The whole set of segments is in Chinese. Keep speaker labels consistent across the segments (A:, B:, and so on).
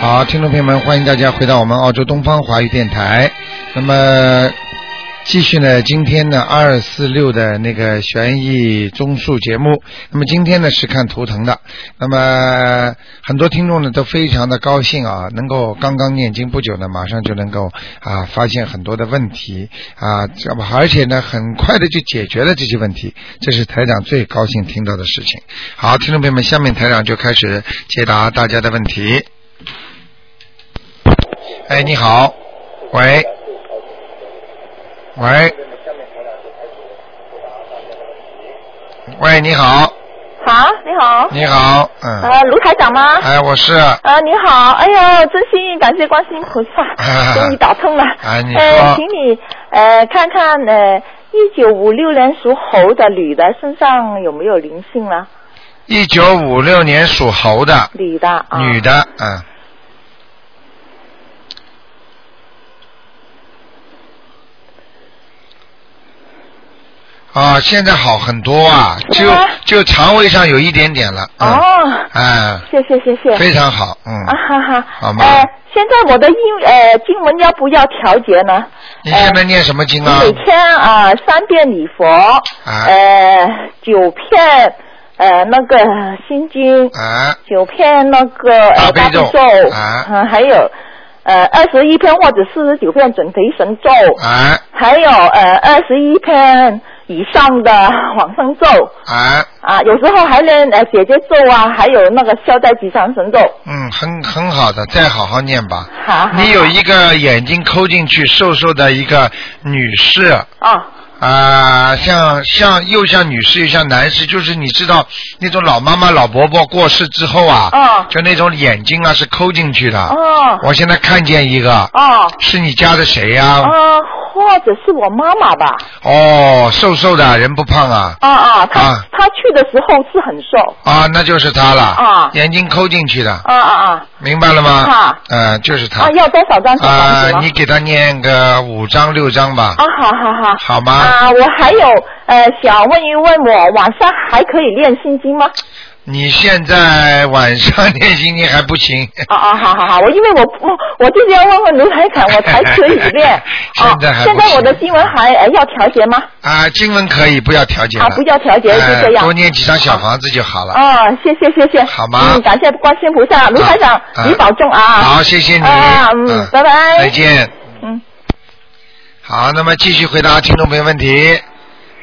A: 好，听众朋友们，欢迎大家回到我们澳洲东方华语电台。那么，继续呢，今天呢二四六的那个悬疑综述节目。那么今天呢是看图腾的。那么很多听众呢都非常的高兴啊，能够刚刚念经不久呢，马上就能够啊发现很多的问题啊，这而且呢很快的就解决了这些问题，这是台长最高兴听到的事情。好，听众朋友们，下面台长就开始解答大家的问题。哎，你好，喂，喂，喂，你好，
B: 好，你好。
A: 你好，嗯，
C: 呃
B: 啊，卢台长吗？
A: 哎，我是，
B: 啊，你好，哎呦，真心感谢观世音菩萨，终于打通了。
A: 啊哎，你说
B: 呃，请，你呃看看呃，一九五六年属猴的女的身上有没有灵性了？
A: 一九五六年属猴的
B: 女的啊，
A: 女的，嗯，啊，现在好很多啊，
B: 是
A: 就
B: 吗
A: 就肠胃上有一点点了，嗯，
B: 哦，
A: 哎，
B: 谢谢谢谢。
A: 非常好，嗯，
B: 啊哈哈，
A: 好吗
B: 呃，现在我的英呃经文要不要调节呢？
A: 你现在念什么经啊
B: 你？每天啊、三遍礼佛，
A: 啊
B: 呃九片呃那个心经，
A: 啊，
B: 九片那个呃
A: 大悲
B: 大悲
A: 咒
B: 咒，
A: 啊
B: 嗯还有呃二十一篇或者四十九篇准提神咒，
A: 啊
B: 还有呃二十一篇以上的 往生咒
A: 啊，
B: 啊，有时候还练呃姐姐咒啊，还有那个消灾吉祥神咒。
A: 嗯，很很好的，再好好念吧。
B: 好，好
A: 你有一个眼睛抠进去，瘦瘦的一个女士
B: 啊
A: 啊、像像又像女士又像男士，就是你知道那种老妈妈老伯伯过世之后啊，
B: 哦
A: 就那种眼睛啊是抠进去的。
B: 哦
A: 我现在看见一个，
B: 哦
A: 是你家的谁哎呀、
B: 啊，或者是我妈妈吧。
A: 哦，瘦瘦的人不胖啊。
B: 啊啊，他
A: 啊
B: 他去的时候是很瘦，
A: 啊，那就是她了。
B: 啊
A: 眼睛抠进去的，
B: 啊啊
A: 明白了吗？
B: 啊
A: 呃，就是
B: 啊，
A: 她。
B: 啊要多 少张小
A: 啊、
B: 房子
A: 你
B: 吗？
A: 给他念个五张六张吧，
B: 啊，好好好。
A: 好吗？
B: 啊，我还有呃，想问一问我晚上还可以练心经 吗？
A: 你现在晚上练心经还不行，。
B: 啊啊，好好好，我因为我我我就是要问问卢台长，我才可以练
A: 现在还
B: 啊、
A: 不
B: 现在我的
A: 行
B: 经文还、呃、要调节吗？
A: 啊，经文可以不要调节了
B: 啊，不要调节，就
A: 哎
B: 这样
A: 多。念几张小房子就好了。
B: 啊，谢谢谢谢。
A: 好吗
B: 嗯，感谢观世音菩萨，卢台长，
A: 啊
B: 你保重啊。
A: 好，谢谢你，
B: 啊，
A: 嗯
B: 嗯，拜拜。
A: 再。见。
B: 嗯。
A: 好，那么继续回答听众朋友问题。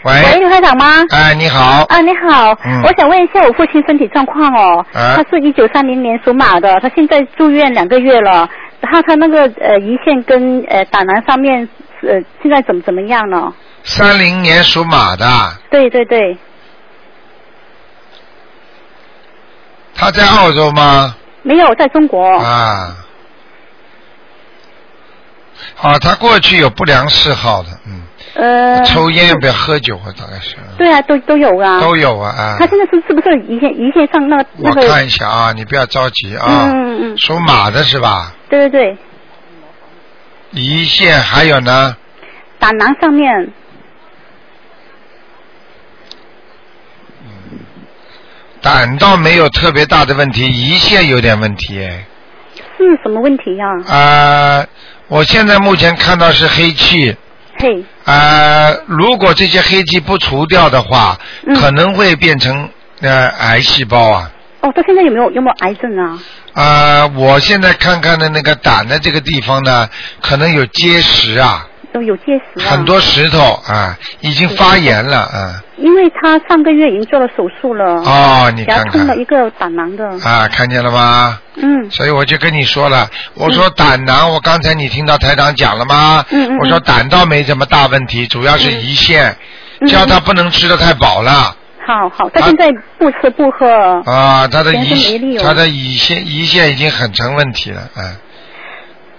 D: 喂，
A: 喂，
D: 刘科长吗？
A: 哎，你好，
D: 啊，你好，
A: 嗯
D: 我想问一下我父亲身体状况哦，
A: 啊
D: 他是一九三零年属马的，他现在住院两个月了，然后他那个呃胰腺跟呃胆囊上面呃现在怎么怎么样呢？
A: 三零年属马的，
D: 对对对，
A: 他在澳洲吗？
D: 没有在中
B: 哦
D: 国，
A: 啊。好，他过去有不良嗜好的，嗯，
D: 呃，
A: 抽烟不要喝酒啊，大概是。
D: 对啊，都都有啊，
A: 都有啊啊
D: 他！现在是是不是胰腺胰腺上那个
A: 我
D: 那个？
A: 看一下啊，你不要着急啊。
D: 嗯嗯嗯，
A: 属马的是吧？
D: 对对对，
A: 胰腺还有呢，
D: 胆囊上面
A: 胆倒没有特别大的问题，胰腺有点问题哎。
D: 是什么问题呀、
A: 啊，我现在目前看到是黑气。
D: 嘿，
A: 啊，如果这些黑气不除掉的话，
D: 嗯
A: 可能会变成呃癌细胞啊。
D: 哦，他现在有没有有没有癌症啊？
A: 啊，我现在看看的那个胆的这个地方呢，可能有结石啊，
D: 都有结石啊？
A: 很多石头啊，已经发炎了啊。
D: 因为他上个月已经做了手术了，
A: 哦，你
D: 给他
A: 看
D: 通了
A: 看
D: 一个胆囊的，
A: 啊，看见了吗？
D: 嗯，
A: 所以我就跟你说了，我说胆囊，我刚才你听到台长讲了吗？
D: 嗯嗯嗯
A: 我说胆倒没什么大问题，主要是胰腺，
D: 嗯
A: 叫他不能吃的太饱了
D: 好好，他
A: 啊
D: 现在不吃不喝，
A: 啊，他的
D: 全身没力
A: 胰
D: 哦
A: 他的胰腺胰腺已经很成问题了，嗯，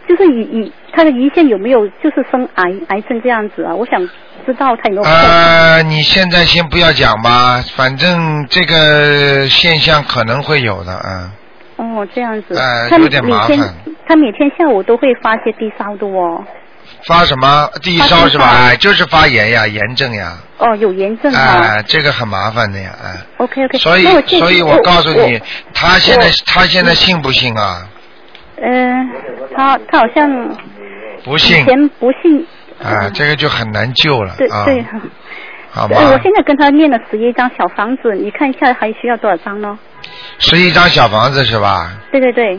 D: 就是胰胰他的胰腺有没有就是生癌癌症这样子啊？我想知道他有没有控制。
A: 呃，你现在先不要讲吧，反正这个现象可能会有的，嗯，
D: 哦，这样子，
A: 呃
D: 他
A: 有
D: 每
A: 点麻
D: 天
A: 烦
D: 他每天下午都会发些低烧的哦，
A: 发什么低
D: 发
A: 烧
D: 低
A: 是吧？
D: 烧
A: 哎，就是发炎呀，炎症呀，
D: 哦，有炎症啊。
A: 哎，这个很麻烦的呀，哎。
D: OK OK，
A: 所以
D: 那我，现
A: 所以我告诉你，他现在
D: 我
A: 他现在信不信啊？
D: 呃，嗯、他他好像
A: 不
D: 以
A: 信
D: 前不信，
A: 啊，这个就很难救了
D: 对、
A: 啊，
D: 对。
A: 好
D: 对哎我
A: 吗？
D: 现在跟他念了十一张小房子，你看一下还需要多少张呢？
A: 十一张小房子是吧？
D: 对对对，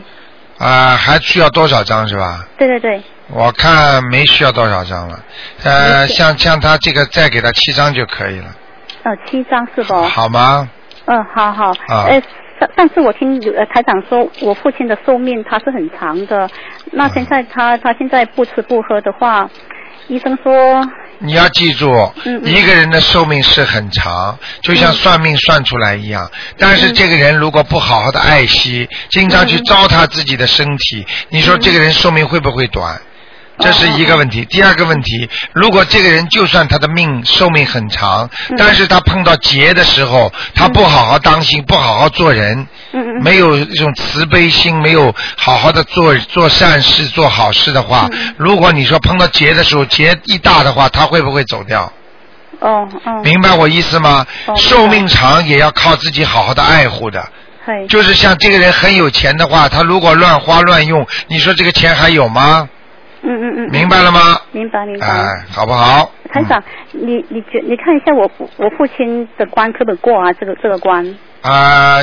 A: 啊，还需要多少张是吧？
D: 对对对，
A: 我看没需要多少张了，呃，像像他这个再给他七张就可以了，
D: 呃，七张是不？
A: 好吗？
D: 嗯，好好。
A: 啊
D: 呃，上上次我听有呃台长说，我父亲的寿命他是很长的，那现在
A: 嗯
D: 他他现在不吃不喝的话，医生说，
A: 你要记住，
D: 嗯嗯
A: 一个人的寿命是很长，就像算命算出来一样。但
D: 嗯
A: 是这个人如果不好好的爱惜，经常去糟蹋自己的身体，你说这个人寿命会不会短？这是一个问题。第二个问题，如果这个人就算他的命寿命很长，
D: 嗯
A: 但是他碰到劫的时候，他不好好当心，不好好做人，
D: 嗯嗯
A: 没有一种慈悲心，没有好好的做做善事、做好事的话，
D: 嗯
A: 如果你说碰到劫的时候，劫一大的话，他会不会走掉？
D: 哦哦，
A: 明白我意思吗？
D: 哦明白
A: 寿命长也要靠自己好好的爱护的。
D: 嘿，
A: 就是像这个人很有钱的话，他如果乱花乱用，你说这个钱还有吗？
D: 嗯嗯嗯，
A: 明白了吗？
D: 明白明白。
A: 哎，好不好？
D: 台长，你你觉你看一下我父我父亲的关可不可以过啊？这个这个关
A: 啊、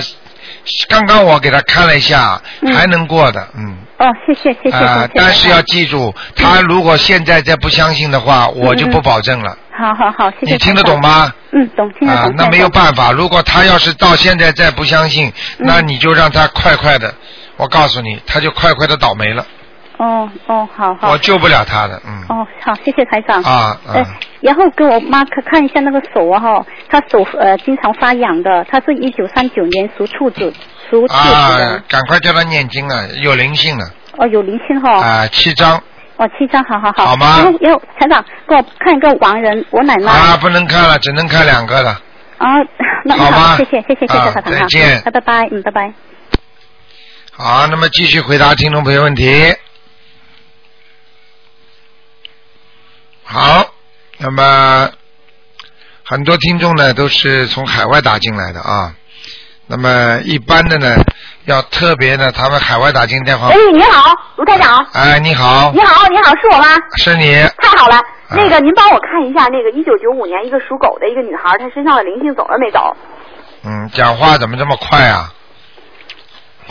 A: 刚刚我给他看了一下，
D: 嗯
A: 还能过的，嗯。
D: 哦，谢谢谢谢谢谢嗯
A: 啊、
D: 台长。
A: 但是要记住，他如果现在再不相信的话，
D: 嗯
A: 我就不保证了。
D: 好好好，谢谢。
A: 你听得懂？吗？
D: 嗯，懂，听得
A: 啊
D: 懂。，
A: 那没有
D: 台长
A: 办法，如果他要是到现在再不相信，
D: 嗯
A: 那你就让他快快的，我告诉你，他就快快的倒霉了，
D: 哦哦，好好。
A: 我救不了他的，嗯。
D: 哦，好，谢谢台长。
A: 啊
D: 呃
A: 啊，
D: 然后给我妈看看一下那个手啊哈，她手呃经常发痒的，她是一九三九年属兔子，属兔子的，
A: 啊！赶快叫他念经了，有灵性了
D: 哦有灵性哈、
A: 啊！七张
D: 哦七张，好好好，
A: 好吗
D: 然后然后台长给我看一个亡人，我奶奶
A: 啊，不能看了，只能看两个了。
D: 啊，那
A: 好吧
D: 谢谢谢谢谢谢
A: 啊
D: 台长，
A: 再
D: 好
A: 见
D: 拜拜拜，嗯，拜拜。
A: 好，那么继续回答听众朋友问题。好，那么很多听众呢都是从海外打进来的啊。那么一般的呢，要特别呢，他们海外打进电话
E: 哎。，你好，卢台长，
A: 哎，你啊好啊
E: 你，好，你好，是我吗？
A: 是你。
E: 太好了，那个您帮我看一下那个一九九五年一个属狗的一个女孩，她身上的灵性走了没走？
A: 嗯，讲话怎么这么快啊？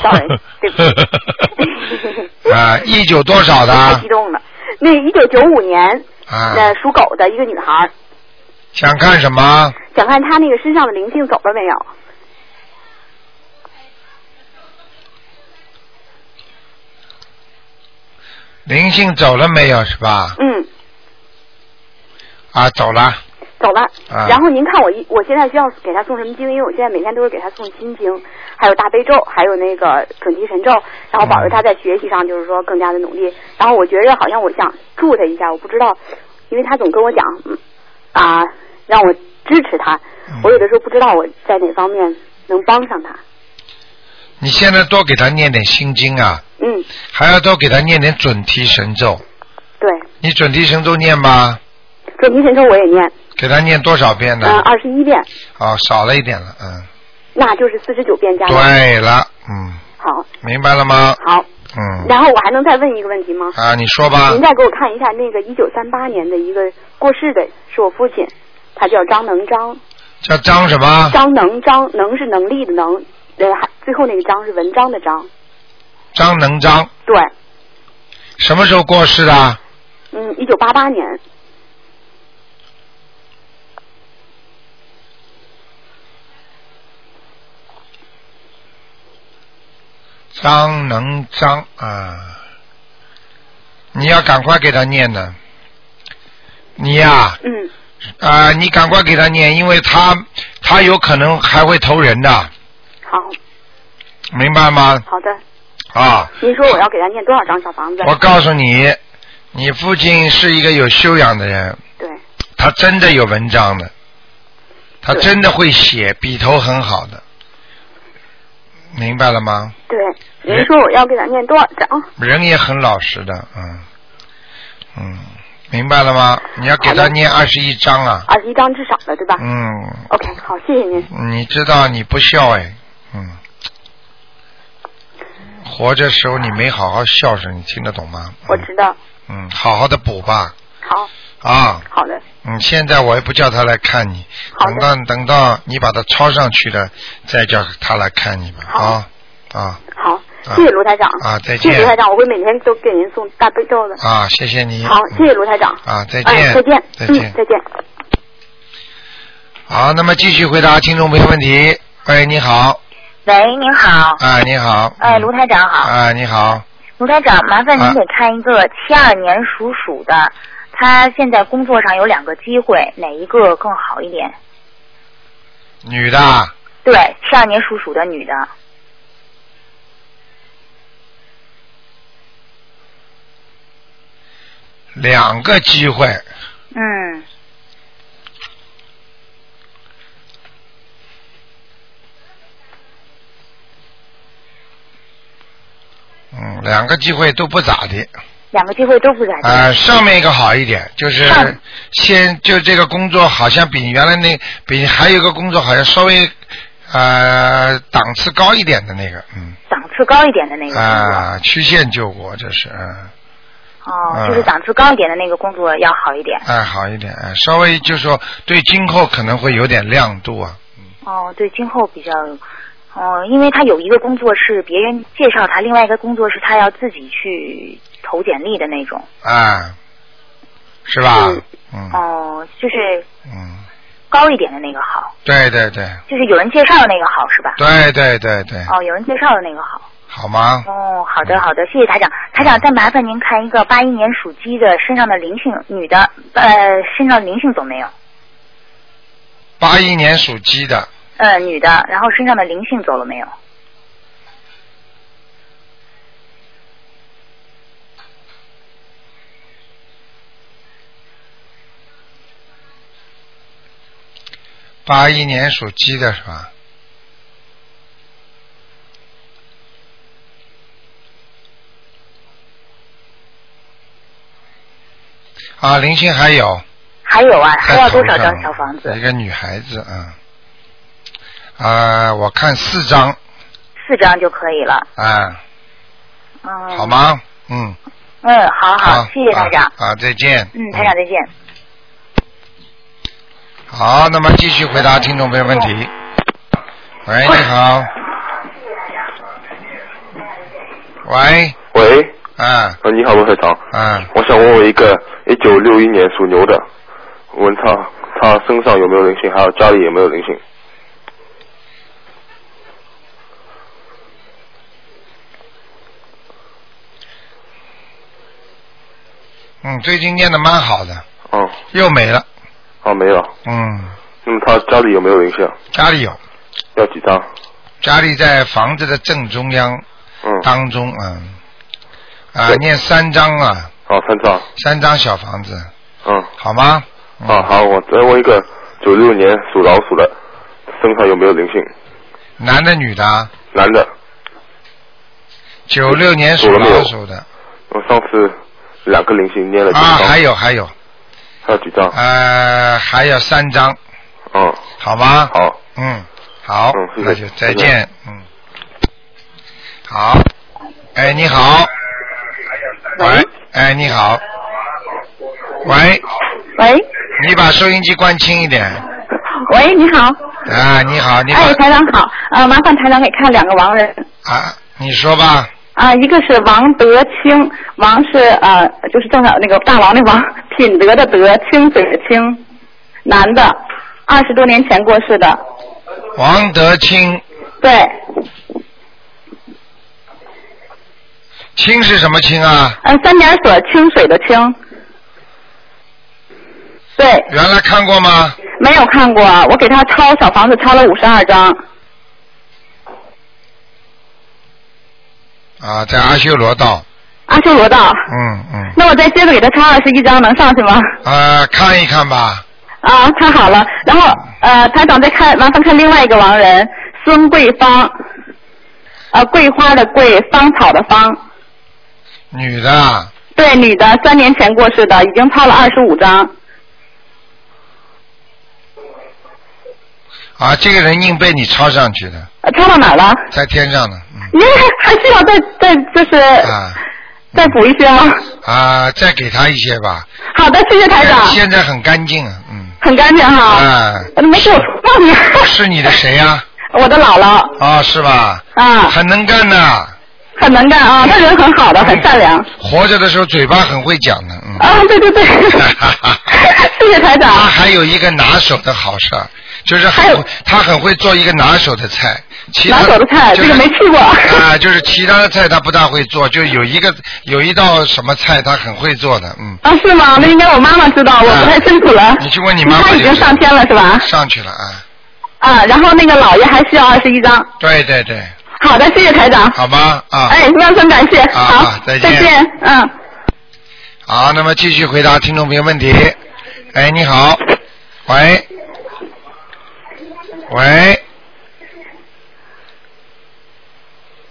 E: Sorry，对不起
A: 啊，一九 多少的
E: 太激动了。那一九九五年
A: 啊？
E: 呃属狗的一个女孩，
A: 想看什么？
E: 想看她那个身上的灵性走了没有？
A: 灵性走了没有是吧？
E: 嗯，
A: 啊，走了。
E: 走了。
A: 啊
E: 然后您看我一，我现在需要给她送什么经？因为我现在每天都是给她送心经，还有大悲咒，还有那个准提神咒，然后保
A: 嗯
E: 持她在学习上就是说更加的努力。然后我觉着好像我想助她一下，我不知道，因为她总跟我讲，嗯啊，
D: 嗯
E: 让我支持她
A: 嗯。
E: 我有的时候不知道我在哪方面能帮上她。
A: 你现在多给他念点心经啊，
E: 嗯，
A: 还要多给他念点准提神咒。
E: 对，
A: 你准提神咒念吧，
E: 准提神咒我也念，
A: 给他念多少遍呢？
E: 嗯，二十一遍，
A: 哦，少了一点了，嗯。
E: 那就是四十九遍加。
A: 对了，嗯，
E: 好，
A: 明白了吗？
E: 好。
A: 嗯。
E: 然后我还能再问一个问题吗？
A: 啊，你说吧
E: 您。再给我看一下那个一九三八年的一个过世的，是我父亲，他叫张能章，
A: 叫张什么？
E: 张能章，能是能力的能，呃，还最后那个章是文章的章，
A: 张能张，
E: 对，
A: 什么时候过世的？
E: 嗯，一九八八年，
A: 张能张啊，你要赶快给他念呢。你呀、
E: 嗯，
A: 啊、你赶快给他念，因为他他有可能还会投人的，
E: 好
A: 明白吗？
E: 好的，
A: 啊，
E: 您说我要给他念多少张小房子？
A: 我告诉你，你父亲是一个有修养的人，
E: 对，
A: 他真的有文章的，他
E: 对
A: 真的会写，笔头很好的，明白了吗？
E: 对，您说我要给他念多少张？
A: 人也很老实的，嗯嗯，明白了吗？你要给
E: 好
A: 他
E: 的
A: 念二十一章啊，
E: 二十一张至少了，对吧、
A: 嗯，
E: o k 好，谢谢您。
A: 你知道你不孝哎，嗯，活着时候你没好好孝顺，你听得懂吗？
E: 我知道。
A: 嗯，好好的补吧。
E: 好。
A: 啊，
E: 好的，
A: 嗯，现在我也不叫他来看你，
E: 好
A: 等
E: 的
A: 到等到你把他抄上去了，再叫他来看你吧。
E: 好
A: 啊啊
E: 好，
A: 啊
E: 谢谢卢台长。
A: 啊再
E: 谢谢卢
A: 见
E: 台长，我会每天都给您送大悲咒的。
A: 啊！谢谢你。
E: 好，谢谢
A: 嗯
E: 卢台长。
A: 啊，再
E: 哎，再见，
A: 再
E: 嗯
A: 见，。
E: 再见。
A: 嗯好，那么继续回答听众朋友问题。喂，你好，
F: 喂，您好，
A: 啊，你好，
F: 哎，
A: 嗯
F: 卢台长好，
A: 啊，你好，
F: 卢台长，麻烦
A: 啊
F: 您给看一个七二年属鼠的，他现在工作上有两个机会，哪一个更好一点？
A: 女的
F: 嗯
A: 啊，
F: 对，七二年属鼠的女的，
A: 两个机会，
F: 嗯，
A: 嗯，两个机会都不咋地，
F: 两个机会都不咋地，
A: 啊，上面一个好一点，就是
F: 上
A: 先就这个工作好像比原来那比还有一个工作好像稍微呃档次高一点的那个，嗯
F: 档次高一点的那个工作，
A: 啊，曲线救国这是，嗯，
F: 哦，
A: 啊
F: 就是档次高一点的那个工作要好一点，
A: 哎好一点，哎稍微就说对今后可能会有点亮度啊，
F: 哦，对，今后比较。哦，因为他有一个工作是别人介绍他，另外一个工作是他要自己去投简历的那种。
A: 啊，是吧？嗯
F: 哦，就是
A: 嗯，
F: 高一点的那个好，
A: 对对对
F: 就是有人介绍的那个好是吧？
A: 对对对嗯对，
F: 哦，有人介绍的那个好。
A: 好吗？
F: 哦，好的好的，谢谢台长。台长，再麻烦您看一个八一年属鸡的身上的灵性女的，呃，身上灵性走没有？
A: 八一年属鸡的，
F: 呃，女的，然后身上的灵性走了没有？
A: 八一年属鸡的是吧？啊，灵性还有，
F: 还有啊，还
A: 在
F: 要
A: 头
F: 多少张
A: 上
F: 小房子
A: 一？嗯个女孩子啊，啊，我看四张
F: 四张就可以了。
A: 啊，
F: 嗯，
A: 好？吗？嗯，
F: 嗯，好
A: 好，
F: 谢谢台长。
A: 啊，啊再见。
F: 嗯，台长再见。
A: 好，那么继续回答听众朋友问题。喂，你好。喂，
G: 喂，
A: 啊
G: 啊，你好，罗台长，
A: 啊，
G: 我想问我一个一九六一年属牛的，问他他身上有没有灵性，还有家里有没有灵性？
A: 嗯，最近念的蛮好的，
G: 哦、
A: 又没了，
G: 啊，没了。
A: 嗯，
G: 那么他家里有没有灵性？啊
A: 家里有，
G: 要几张？
A: 家里在房子的正中央
G: 嗯，
A: 当中，嗯，啊，
G: 对
A: 念三张啊，
G: 好、哦三张。
A: 三张小房子，
G: 嗯，
A: 好吗？嗯
G: 啊，好，我再问一个九六年属老鼠的，身上有没有灵性？
A: 男的女的啊？
G: 男的，
A: 九六年属
G: 属了没有
A: 老鼠的
G: 我上次两个灵性念了几张？
A: 啊，还有还有，
G: 还有几张？
A: 呃，还有三张，
G: 嗯，
A: 好吗？
G: 好，
A: 嗯，好，
G: 嗯谢谢
A: 那就再
G: 再见
A: 见，嗯，好，哎，你好，喂，哎，你好，喂，
H: 喂
A: 你把收音机关轻一点，
H: 喂，你好，
A: 啊，你好，你把、
H: 哎，台长好，呃，麻烦台长给看两个亡人，
A: 啊，你说吧，
H: 啊、一个是王德清，王是呃，就是正好那个大王那王，品德的德，清水的清，男的，二十多年前过世的，
A: 王德清，
H: 对，
A: 清是什么清啊？
H: 呃，三点水清水的清，对，
A: 原来看过吗？
H: 没有看过，啊我给他抄小房子抄了五十二张，
A: 啊，在阿修罗道，
H: 阿修罗道，
A: 嗯嗯，
H: 那我再接着给他抄二十一张，能上去吗？
A: 啊，看一看吧，
H: 啊，太好了。然后呃，台长再看，麻烦看另外一个亡人孙桂芳，呃，桂花的桂，芳草的芳，
A: 女的啊，
H: 对，女的，三年前过世的，已经抄了二十五张。
A: 啊，这个人硬被你抄上去的，
B: 呃，飘到哪儿了？
A: 在天上呢，
B: 您还还需要再再就是、
A: 嗯啊
B: 再补一些吗？
A: 啊，再给他一些吧。
B: 好的，谢谢台长，
A: 现在很干净啊，嗯
B: 很干净哈。
A: 啊，
B: 呃没事，我忘了。
A: 是你的谁呀、
B: 我的姥姥
A: 啊？是吧？
B: 啊，
A: 很能干的、
B: 很能干啊，她人很好的，很善良。
A: 活着的时候嘴巴很会讲的，嗯。
B: 啊，对对 对，谢谢台长。
A: 他还有一个拿手的好事儿，就是
B: 还
A: 很
B: 有
A: 他很会做一个拿手的菜，其他
B: 拿手的菜，
A: 就是
B: 这个没去过。
A: 啊，就是其他的菜他不大会做，就有一个有一道什么菜他很会做的，嗯，
B: 啊，是吗？那应该我妈妈知道，我不太清楚了。
A: 你去嗯问你妈妈
B: 她已经上天了是吧？
A: 上去了啊，
B: 啊，然后那个姥爷还需要二十一张。
A: 对对对，
B: 好的，谢谢台长。
A: 好吧啊，
B: 啊哎，万分感谢。
A: 啊
B: 好，
A: 再见
B: 见。嗯。
A: 好，那么继续回答听众朋友问题。哎，你好，喂，喂，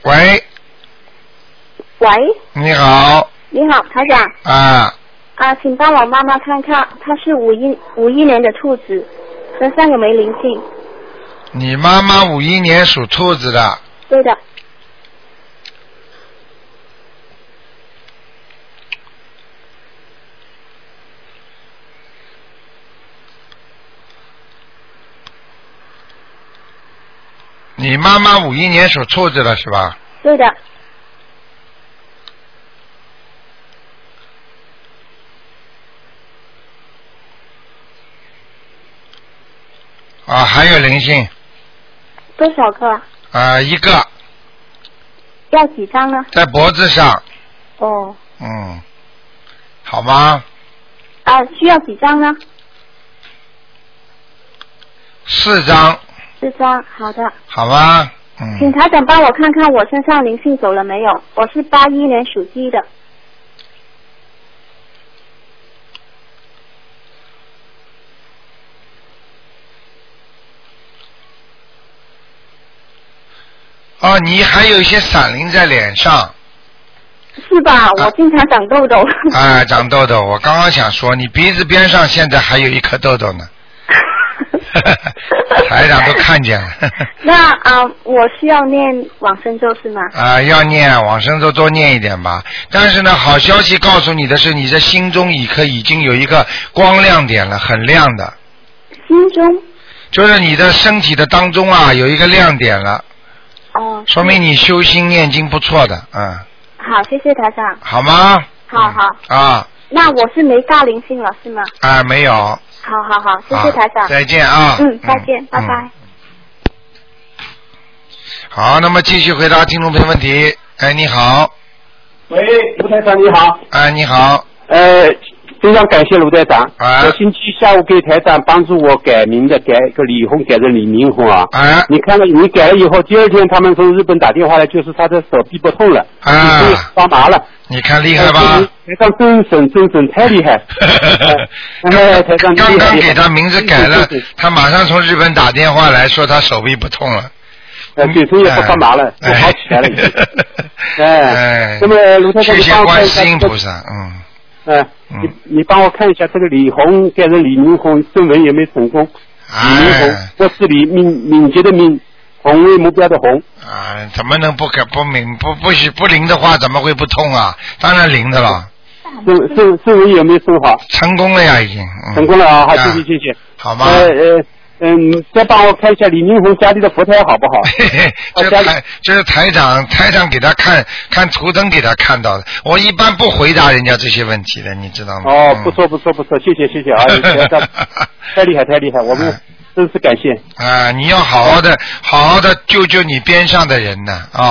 A: 喂，
C: 喂，
A: 你好
C: 你好，台长
A: 啊，
C: 啊，请帮我妈妈看看，她是五一五一年的兔子，身上有没灵性？
A: 你妈妈五一年属兔子的，
C: 对的，
A: 你妈妈五一年属兔子的是吧？
C: 对的，
A: 啊，还有灵性
C: 多少个啊？
A: 啊，一个
C: 要几张呢？
A: 在脖子上，
C: 哦，
A: 嗯，好吗？
C: 啊，需要几张呢？
A: 四张，
C: 四张，好的，
A: 好吗？
C: 请
A: 嗯，
C: 台长帮我看看我身上灵性走了没有？我是八一年属鸡的，
A: 哦，你还有一些闪灵在脸上。
C: 是吧？我经常长痘 痘，
A: 啊，长痘痘，我刚刚想说，你鼻子边上现在还有一颗痘痘呢， 台长都看见了。
C: 那啊、我需要念往生咒是吗？
A: 啊，要念往生咒多念一点吧。但是呢，好消息告诉你的是，你的心中已可已经有一个光亮点了，很亮的，
C: 心中
A: 就是你的身体的当中啊有一个亮点了，
C: 哦，
A: 说明你修心念经不错的，嗯，
C: 好，谢谢台长。
A: 好吗？
C: 好好
A: 嗯啊
C: 那我是没大灵性了是吗？
A: 啊，没有。
C: 好好好，谢
A: 啊
C: 谢台长。
A: 再见啊。
C: 嗯再见拜拜
A: 嗯好，那么继续回答听众朋友问题。哎，你好，
I: 喂，卢台长你好，
A: 哎，你好，
I: 呃，非常感谢卢台长。
A: 啊
I: 我星期一下午给台长帮助我改名的，改个李红改成李明红啊。
A: 哎
I: 你看了，你改了以后，第二天他们从日本打电话来，就是他的手臂不痛了，
A: 啊
I: 就是发麻了。哎
A: 你看厉害吧？。
I: 台长真神真神太厉害 哎，台长
A: 刚
I: 厉害
A: 刚
I: 厉害
A: 刚给他名字改了
I: 对对对，
A: 他马上从日本打电话来说他手臂不痛了。
I: 呃，对，所以
A: 哎
I: 不发麻了，我
A: 哎
I: 好起来了 已经。哎，那么卢台长，
A: 谢
I: 你
A: 谢
I: 帮我看
A: 观
I: 一下
A: 世音
I: 这个
A: 菩萨，嗯，
I: 嗯，你你帮我看一下这个李红改成李明红正文有没有成功？李明红
A: 哎，，
I: 这是李敏敏捷的敏，红为目标的红。
A: 啊，怎么能不改不明不不许不灵的话，怎么会不痛啊？当然灵的了，
I: 正正正文有没有送好？
A: 成功了呀，已经、嗯、
I: 成功了啊！好，
A: 啊
I: 谢谢谢谢。
A: 好吗？
I: 呃呃嗯，再帮我看一下李明红家里的佛台好不 好？
A: 嘿 嘿，这
I: 家里
A: 台这是台长，台长给他看看图腾给他看到的。我一般不回答人家这些问题的，你知道吗？
I: 哦，
A: 嗯
I: 不错不错不错，谢谢谢谢啊！你 台长太厉害太厉害，我们
A: 哎
I: 真是感谢
A: 啊、你要好好的，好好的救救你边上的人呢啊、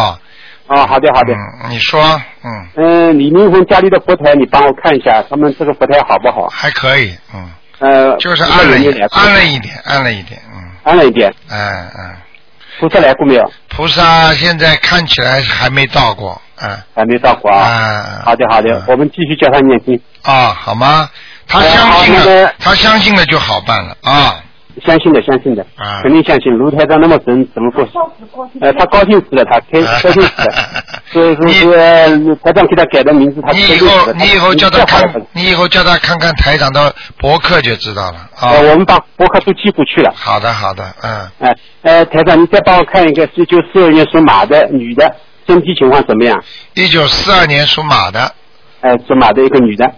I: 啊！好的好的，
A: 嗯，你说，嗯，
I: 嗯，李明红家里的佛台你帮我看一下，他们这个佛台好不好？
A: 还可以，嗯，
I: 呃，
A: 就是
I: 菩萨
A: 暗
I: 有
A: 了
I: 没有来
A: 一点，
I: 过
A: 暗了一点，暗了一点，嗯，
I: 暗了一点，
A: 哎嗯，
I: 菩萨来过没有？
A: 菩萨现在看起来还没到过，嗯
I: 还没到过啊。
A: 啊，
I: 好的好的
A: 嗯，
I: 我们继续叫他念经。
A: 啊，好吗？他
I: 哎
A: 相信
I: 好那
A: 了
I: 个，
A: 他相信了就好办了啊。
I: 相信的，相信的，
A: 啊
I: 肯定相信。卢台长那么神，怎 么不？呃，他高兴死了，他开高兴死了。所以说，说台长给他改的名字，他
A: 你
I: 开心
A: 以
I: 死
A: 后
I: 了
A: 你以后叫他
I: 他
A: 看
I: 名字叫好了。，
A: 你以后叫他看看台长的博客就知道了啊。
I: 呃，我们把博客都寄过去了。
A: 好的，好的，嗯，
I: 哎、呃，台长，你再帮我看一个一九四二年属马的女的，身体情况怎么样？
A: 一九四二年属马的，
I: 哎、属马的一个女的，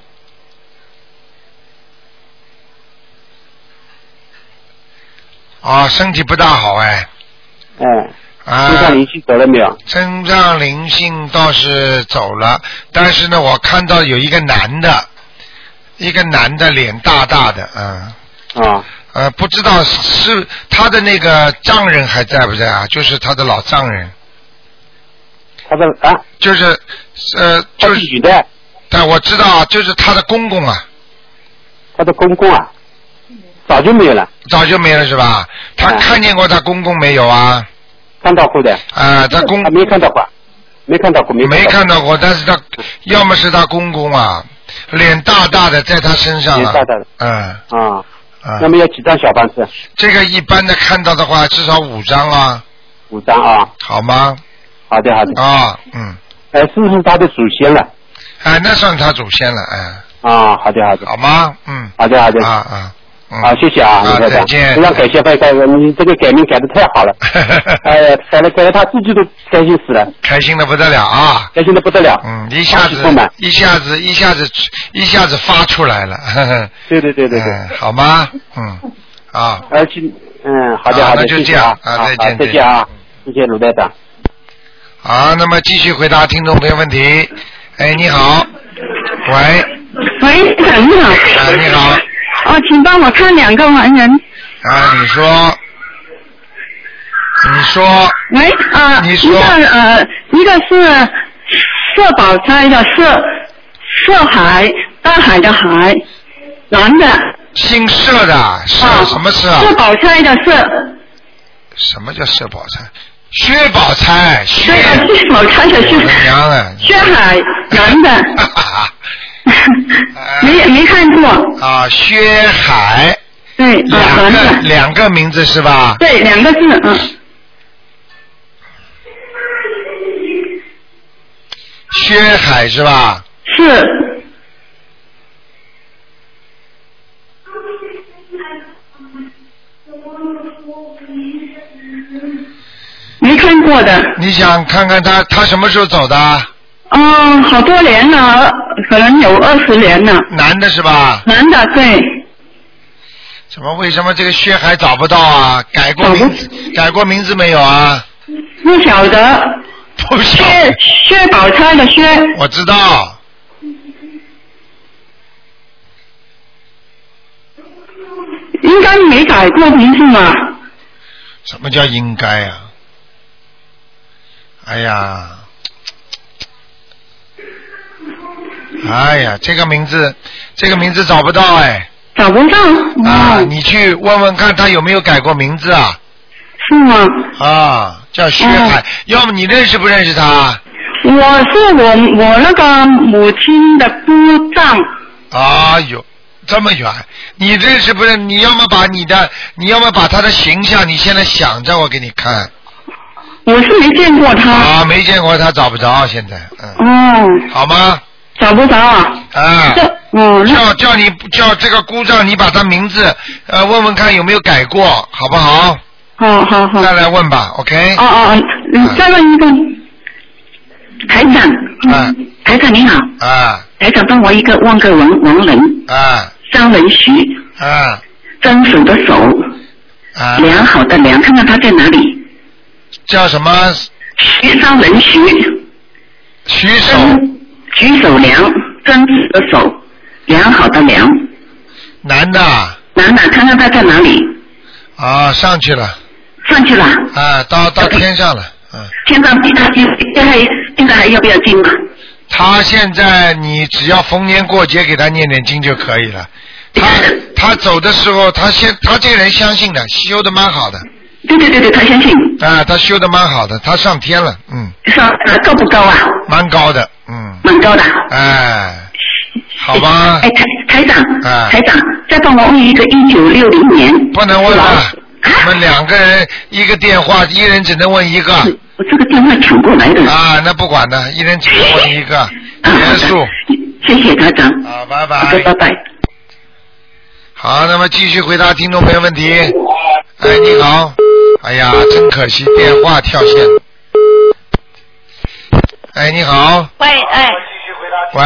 A: 啊，身体不大好哎，
I: 哎、
A: 啊，
I: 身上灵性走了没有？
A: 身上灵性倒是走了，但是呢，我看到有一个男的，一个男的脸大大的，嗯，
I: 啊，
A: 呃，不知道是他的那个丈人还在不在啊？就是他的老丈人。
I: 他的啊。
A: 就是呃，就是
I: 女的。
A: 但我知道，啊就是他的公公啊，
I: 她的公公啊，早就没有了，啊
A: 早就没了是吧？他看见过他公公没有啊？
I: 看到过的。
A: 啊，他公
I: 她没看到过，没看到过，嗯没
A: 没
I: 看
A: 看到过，但是他要么是他公公啊，脸大大的在他身上啊，
I: 脸大大的
A: 嗯。
I: 到啊。
A: 啊
I: 那么要几张小房子？
A: 这个一般的看到的话，至少五张啊，
I: 五张啊。
A: 好吗？
I: 好的，好的。
A: 啊，嗯，
I: 呃，是不是他的祖先了？
A: 哎，那算他祖先了，哎，
I: 啊，好的，好的。
A: 好吗？嗯，
I: 好的，好的。
A: 啊啊。嗯
I: 好，谢谢啊，
A: 啊
I: 卢台长
A: 再见
I: 非常感谢，非常感谢你这个改名改的太 好了，哎呀，改了改了，他自己都开心死了，
A: 开心的不得了啊！
I: 开心的不得了。
A: 嗯，一下子
I: 恭喜不满，
A: 一下子，一下子，一下子发出来了， 呵呵
I: 对对对对对。
A: 嗯，好吗？嗯，啊，
I: 而且，嗯，好的
A: 啊
I: 好的，
A: 那
I: 谢
A: 就这
I: 谢
A: 样
I: 啊，
A: 啊
I: 好
A: 再
I: 好
A: 见
I: 再
A: 再
I: 见
A: 见
I: 啊，谢谢卢台长。
A: 好，那么继续回答听众朋友问题。哎，你好，喂，
B: 喂，台长你好。
A: 啊，你好，
B: 哦，请帮我看两个盲人。
A: 啊，你说，你说，
B: 喂，啊、
A: 你
B: 一
A: 说
B: 个呃，一个是社保斋的社，社海，大海的海，男的。
A: 姓社的，社什么社啊？
B: 社保斋的社，
A: 什么叫社保餐？薛宝钗，薛
B: 对啊薛宝钗的薛
A: 我的娘啊！
B: 薛海，男的，没没看过。
A: 啊，薛海，
B: 对，啊、
A: 两个
B: 男的，
A: 两个名字是吧？
B: 对，两个字，嗯，
A: 薛海是吧？
B: 是没看过的。
A: 你想看看他他什么时候走的？
B: 哦，好多年了，可能有二十年了。
A: 男的是吧？
B: 男的，对，
A: 怎么为什么这个薛海找不到啊？改过名字改过名字没有啊？
B: 不晓得。
A: 不晓
B: 薛薛宝钗的薛，
A: 我知道。
B: 应该没改过名字嘛？
A: 什么叫应该啊？哎呀，哎呀，这个名字，这个名字找不到哎
B: 找不到。
A: 啊！
B: 哦，
A: 你去问问看他有没有改过名字啊？
B: 是吗？
A: 啊，叫薛海，
B: 嗯
A: 要么你认识不认识他？
B: 我是我我那个母亲的姑丈，
A: 啊有这么远，你认识不认？你要么把你的，你要么把他的形象，你现在想着我给你看
B: 我是没见过他。
A: 啊，没见过他找不着，现在嗯，
B: 哦，
A: 好吗？
B: 找不着啊。
A: 啊，
B: 这，哦，那
A: 叫叫你叫这个姑丈，你把他名字呃问问看有没有改过，好不好？
B: 好好好。
A: 再来问吧，OK？
B: 哦哦，哦嗯
A: 啊
B: 再问一个，台长，嗯
A: 啊
B: 台长你好，
A: 啊
B: 台长帮我一个问个王王人，
A: 啊
B: 张文徐，
A: 啊
B: 遵守的守，
A: 啊！
B: 良好的良，看看他在哪里。
A: 叫什么？
B: 徐张文徐，嗯
A: 徐守
B: 遵举手良，遵守的守，良好的良，
A: 男的啊
B: 男的，看看他在哪里，
A: 啊，上去了
B: 上去了，
A: 啊，到
B: 呃
A: 到天上了。嗯，
B: 现在他现在还现在还要不要进啊？
A: 他现在你只要逢年过节给他念念经就可以了。他他走的时候，他先他这个人相信的，修的蛮好的
B: 对对对对，他相信，
A: 啊，他修的蛮好的，他上天了，嗯，
B: 上呃高不高啊？
A: 蛮高的，嗯，
B: 蛮高的。
A: 哎，好吧？
J: 哎，台台长，
B: 哎
A: 啊
J: 台长，再帮我问一个一九六零年，
A: 不能问了，我们两个人一个电话，一人只能问一个。
J: 我这个电话抢过来的。
A: 啊，那不管了，一人只能问一个，结束。
J: 啊谢谢台长。
A: 好，拜
J: 好的
A: 拜。
J: 拜拜。
A: 好，那么继续回答听众朋友问题。哎，你好。哎呀，真可惜，电话跳线了。哎，你好，
K: 喂，哎，
A: 喂，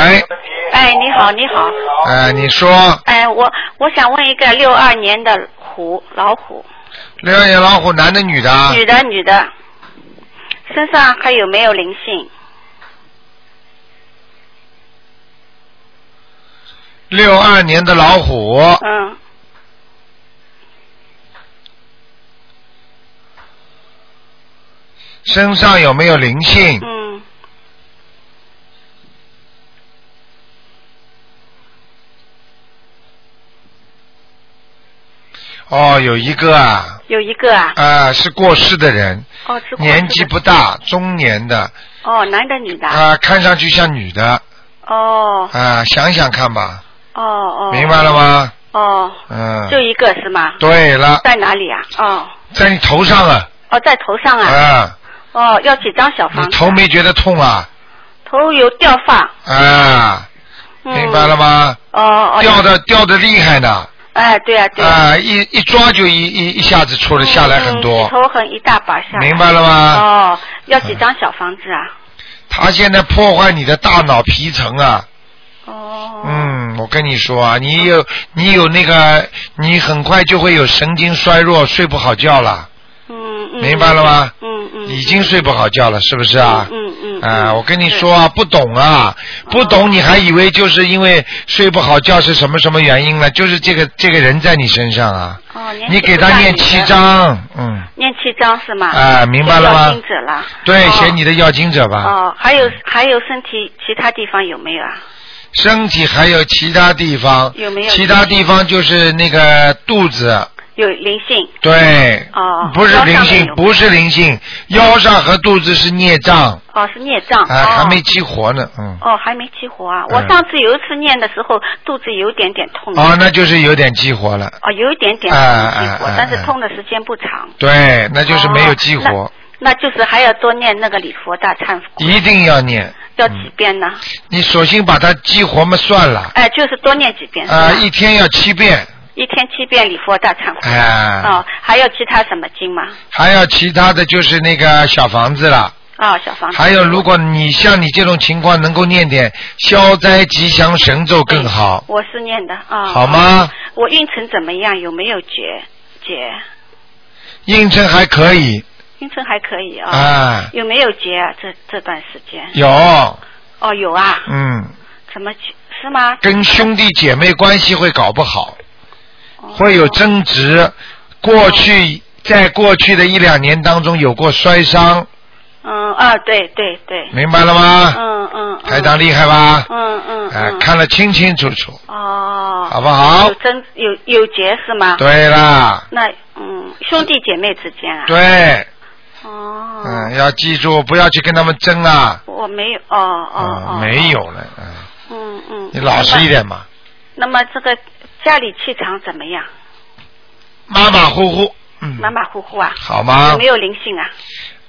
K: 哎，你好，你好，
A: 哎，你说
K: 哎，我我想问一个六二年的虎老虎，
A: 六二年老虎男的女的啊？
K: 女的女的，身上还有没有灵性？
A: 六二年的老虎，
K: 嗯，
A: 身上有没有灵性？
K: 嗯。
A: 哦，有一个啊，
K: 有一个啊，
A: 啊，是过世的人，
K: 哦，是过世的
A: 年纪不大，中年的，
K: 哦，男的女的？
A: 啊，看上去像女的，
K: 哦
A: 啊，想想看吧，
K: 哦哦，
A: 明白了？吗？
K: 哦，
A: 嗯，
K: 就一个是吗？
A: 对了
K: 在哪里啊？哦
A: 在你头上啊，
K: 哦，在头上啊。
A: 啊，
K: 哦，要几张小房
A: 你
K: 子？
A: 头没觉得痛啊？
K: 头有掉发。
A: 啊，
K: 嗯
A: 明白了？吗？
K: 哦哦。
A: 掉的掉的厉害呢，
K: 哎，对啊，对
A: 啊，一一抓就一一一下子出了下来很多。
K: 头很嗯一大把下来。
A: 明白了吗
K: 哦，要几张小房子啊？
A: 他现在破坏你的大脑皮层啊。
K: 哦。
A: 嗯，我跟你说啊，你有你有那个，你很快就会有神经衰弱，睡不好觉了。
K: 嗯嗯。
A: 明白了吗？
K: 嗯嗯。
A: 已经睡不好觉了，是不是啊？
K: 嗯嗯。哦
A: 啊，我跟你说啊，不懂啊，不懂，你还以为就是因为睡不好觉是什么什么原因呢？就是这个这个人在你身上啊，
K: 哦，年纪
A: 你给
K: 不
A: 他
K: 大
A: 念
K: 女
A: 七
K: 的。
A: 章，嗯，
K: 念七张是吗？
A: 啊明白了吗
K: 要禁止了。
A: 对，
K: 哦
A: 写你的要经者吧。
K: 哦，还有还有身体其他地方有没有啊？
A: 身体还有其他地方，
K: 有没有
A: 其他地方就是那个肚子，
K: 有灵性。
A: 对，
K: 哦。
A: 不是
K: 腰上
A: 灵
K: 面
A: 性
K: 有，
A: 不是灵性，腰上和肚子是孽障，
K: 哦，是孽障。
A: 啊，
K: 哦
A: 还没激活呢，嗯，
K: 哦，还没激活啊！
A: 嗯
K: 我上次有一次念的时候，肚子有点点痛。
A: 哦，那就是有点激活了，
K: 哦，有一嗯点点
A: 啊
K: 激活
A: 啊啊，
K: 但是
A: 啊
K: 痛的时间不长。
A: 对，那就是没有激活
K: 哦，那就是还要多念那个礼佛大忏悔，
A: 一定要念，
K: 要几遍呢？
A: 你索性把它激活嘛算了，
K: 哎，就是多念几遍。
A: 啊，
K: 是吧
A: 一天要七遍，
K: 一天七遍礼佛大忏悔。
A: 哎，
K: 哦，还有其他什么经吗？
A: 还有其他的就是那个小房子了。
K: 哦，小房子。
A: 还有，如果你像你这种情况，能够念点消灾吉祥神咒更好。
K: 我是念的啊。哦
A: 好吗？
K: 我运程怎么样？有没有结结？
A: 应征还可以，
K: 运程还可以啊。
A: 哎
K: 有没有结啊？这这段时间？
A: 有，
K: 哦，有啊。
A: 嗯，
K: 怎么结是吗？
A: 跟兄弟姐妹关系会搞不好，
K: 哦
A: 会有争执。过去在过去的一两年当中有过摔伤，
K: 嗯啊，对对对。
A: 明白了吗
K: 嗯嗯。嗯
A: 台长厉害吧？
K: 嗯嗯。
A: 哎、看得清清楚楚，
K: 哦。
A: 好不好
K: 有争有有结是吗？
A: 对啦。
K: 那嗯，兄弟姐妹之间啊。。
A: 对，
K: 哦，
A: 嗯，要记住不要去跟他们争啦，
K: 我没有，哦哦
A: 啊、
K: 哦。
A: 没有了，嗯、
K: 嗯嗯。
A: 你老实一点嘛，
K: 那么。那么这个家里气场怎么样？
A: 马马虎虎。
K: 马马虎虎啊。
A: 嗯好吗
K: 有没有灵性啊？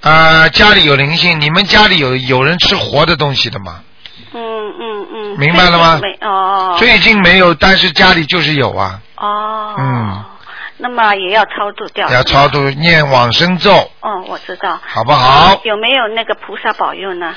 A: 啊，家里有灵性，你们家里有有人吃活的东西的吗？
K: 嗯嗯嗯。
A: 明白了吗
K: 最近没哦。
A: 最近没有，但是家里就是有啊。
K: 哦，
A: 嗯，
K: 那么也要超度掉。
A: 要超度念往生咒
K: 哦，我知道。
A: 好不好
K: 嗯有没有那个菩萨保佑呢？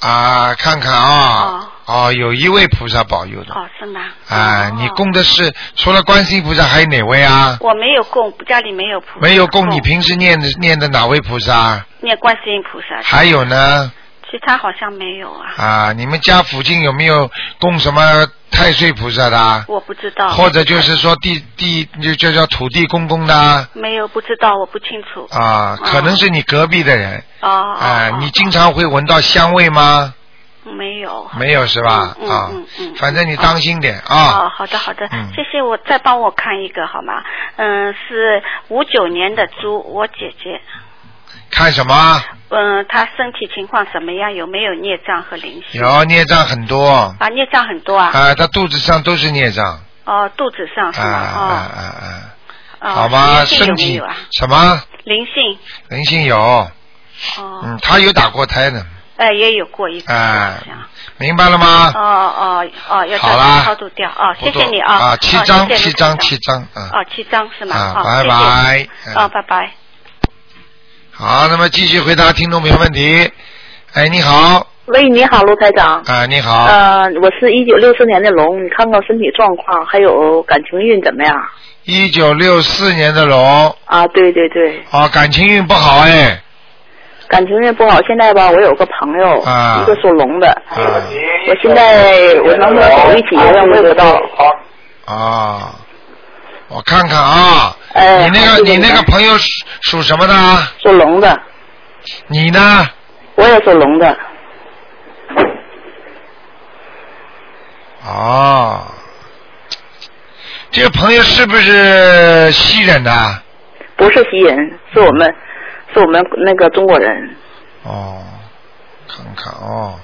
A: 啊，看看啊，哦，有一位菩萨保佑的
K: 哦，是吗？
A: 啊，你供的是除了观世音菩萨还有哪位啊？
K: 我没有供，家里没有菩萨。
A: 没有供，你
K: 哦
A: 平时念的念的哪位菩萨？
K: 念观世音菩萨。
A: 还有？呢？
K: 其他好像没有啊，
A: 啊，你们家附近有没有供什么太岁菩萨的啊？
K: 我不知道。
A: 或者就是说地地就就叫土地公公的啊？
K: 没有，不知道，我不清楚。
A: 啊，可能是你隔壁的人。
K: 哦，
A: 啊，你经常会闻到香味吗？
K: 没有。
A: 没有是吧？啊，反正你当心点
K: 哦，
A: 啊。
K: 嗯好的好的，
A: 嗯
K: 谢谢我再帮我看一个好吗？嗯，是五九年的猪，我姐姐。
A: 看什么？
K: 嗯，他身体情况怎么样？有没有孽障和灵性？
A: 有孽障很多啊、
K: 啊，孽障很多啊。
A: 他肚子上都是孽障
K: 哦，肚子上是
A: 啊啊
K: 吗？
A: 啊啊！
K: 哦，
A: 好
K: 吧，
A: 吧，
K: 灵性有
A: 身
K: 没
A: 体
K: 有啊？
A: 什么
K: 灵性，
A: 灵性有？
K: 哦，
A: 嗯，他有打过胎的，
K: 呃，也有过一次。
A: 哎，明白了
K: 哦
A: 吗？
K: 哦哦，要
A: 好
K: 叫
A: 啦
K: 他超度掉哦，谢
A: 不
K: 谢
A: 错
K: 你
A: 啊，
K: 哦
A: 七
K: 哦
A: 张，
K: 谢谢
A: 七
K: 卢
A: 张，
K: 台
A: 七张啊。
K: 长哦，七张是吗？
A: 啊
K: 哦，
A: 拜
K: 谢谢
A: 拜嗯
K: 哦，拜拜。
A: 好，那么继续回答听众朋友问题。哎，你好，
L: 喂，你好，卢台长。
A: 啊，你好，
L: 呃，我是一九六四年的龙，你看看身体状况，还有感情运怎么样？
A: 一九六四年的龙，
L: 啊，对对对，
A: 啊，感情运不好哎，
L: 感情运不好。现在吧，我有个朋友，
A: 啊
L: 一个属龙的，
A: 啊
L: 我现
H: 哎
L: 在哎我能不能走一起？我也不知道。
A: 啊，我看看啊，
L: 哎
A: 你那
L: 好
A: 个
L: 谢谢
A: 你那
L: 你
A: 个
L: 啊
A: 朋友属属什么的啊？
L: 属龙的。
A: 你呢？
L: 我也属龙的，
A: 哦，这个朋友是不是西人的啊？
L: 不是西人，是我们，是我们那个中国人。
A: 哦，看看哦，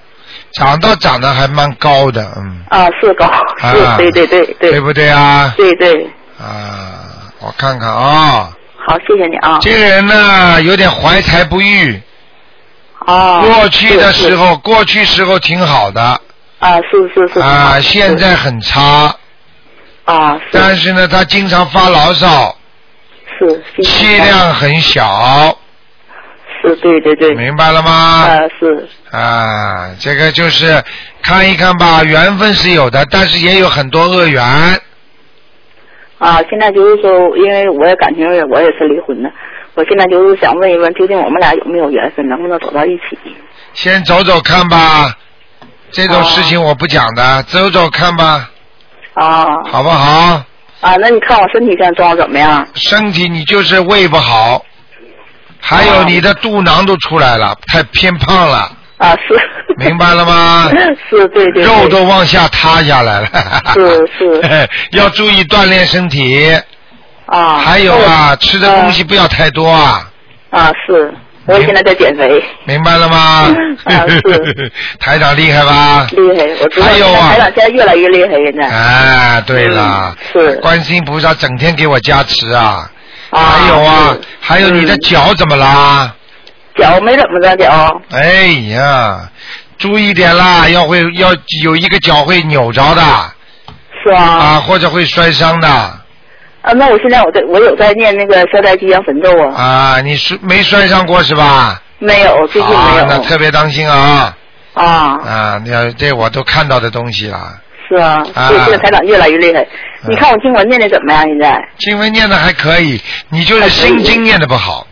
A: 长倒长得还蛮高的，嗯，
L: 啊，是高，是，
A: 啊
L: 对对对对，
A: 对不对啊？
L: 对对，
A: 啊，我看看啊、
L: 好，谢谢你啊。
A: 这个人呢有点怀才不遇。
L: 哦
A: 过去的时
L: 是
A: 候，过去时候挺好的。
L: 啊，是是是。
A: 啊，现在很差。
L: 啊。
A: 但是呢，他经常发牢骚。
L: 是。
A: 气量很小。
L: 是对对对。
A: 明白了吗？
L: 啊，是。
A: 啊，这个就是看一看吧，缘分是有的，但是也有很多恶缘。
L: 啊，现在就是说，因为我也感情也我也是离婚的，我现在就是想问一问，究竟我们俩有没有缘分，能不能走到一起？
A: 先走走看吧，这种事情我不讲的，走走看吧，
L: 啊
A: 好不好？
L: 啊，那你看我身体现在状况怎么样？
A: 身体你就是胃不好，还有你的肚囊都出来了，太偏胖了。
L: 啊，是。
A: 明白了吗？
L: 是，对对对
A: 肉都往下塌下来了。
L: 是是。
A: 要注意锻炼身体。
K: 哦
L: 啊。
A: 还有啊，吃的东西不要太多啊。
L: 啊，是，我现在在减肥。
A: 明白了吗？
L: 啊
A: 是。 台长厉 害吧？
L: 厉害，我知道。
A: 啊还有啊
L: 台长现在越来越厉害，现 在。
A: 哎，对了，
L: 嗯是
A: 观世音菩萨整天给我加持啊。还有啊，还有你的脚怎么啦？
L: 嗯脚没怎么着脚。
A: 哎呀，注意点啦，要会要有一个脚会扭着的。
L: 是吧？
A: 啊，或者会摔伤的
L: 啊，那我现在我在我有在念那个消灾吉祥神咒啊，
A: 啊，你摔没摔伤过是吧？
L: 没有，最近没
A: 啊，那
L: 有。
A: 特别当心啊
L: 啊，
A: 啊！你要这我都看到的东西了，
L: 是啊，
A: 啊
L: 所以现在台长越来越厉害。你看我经文念的怎么样？现在
A: 经文念的还可以，你就是心经念的不好。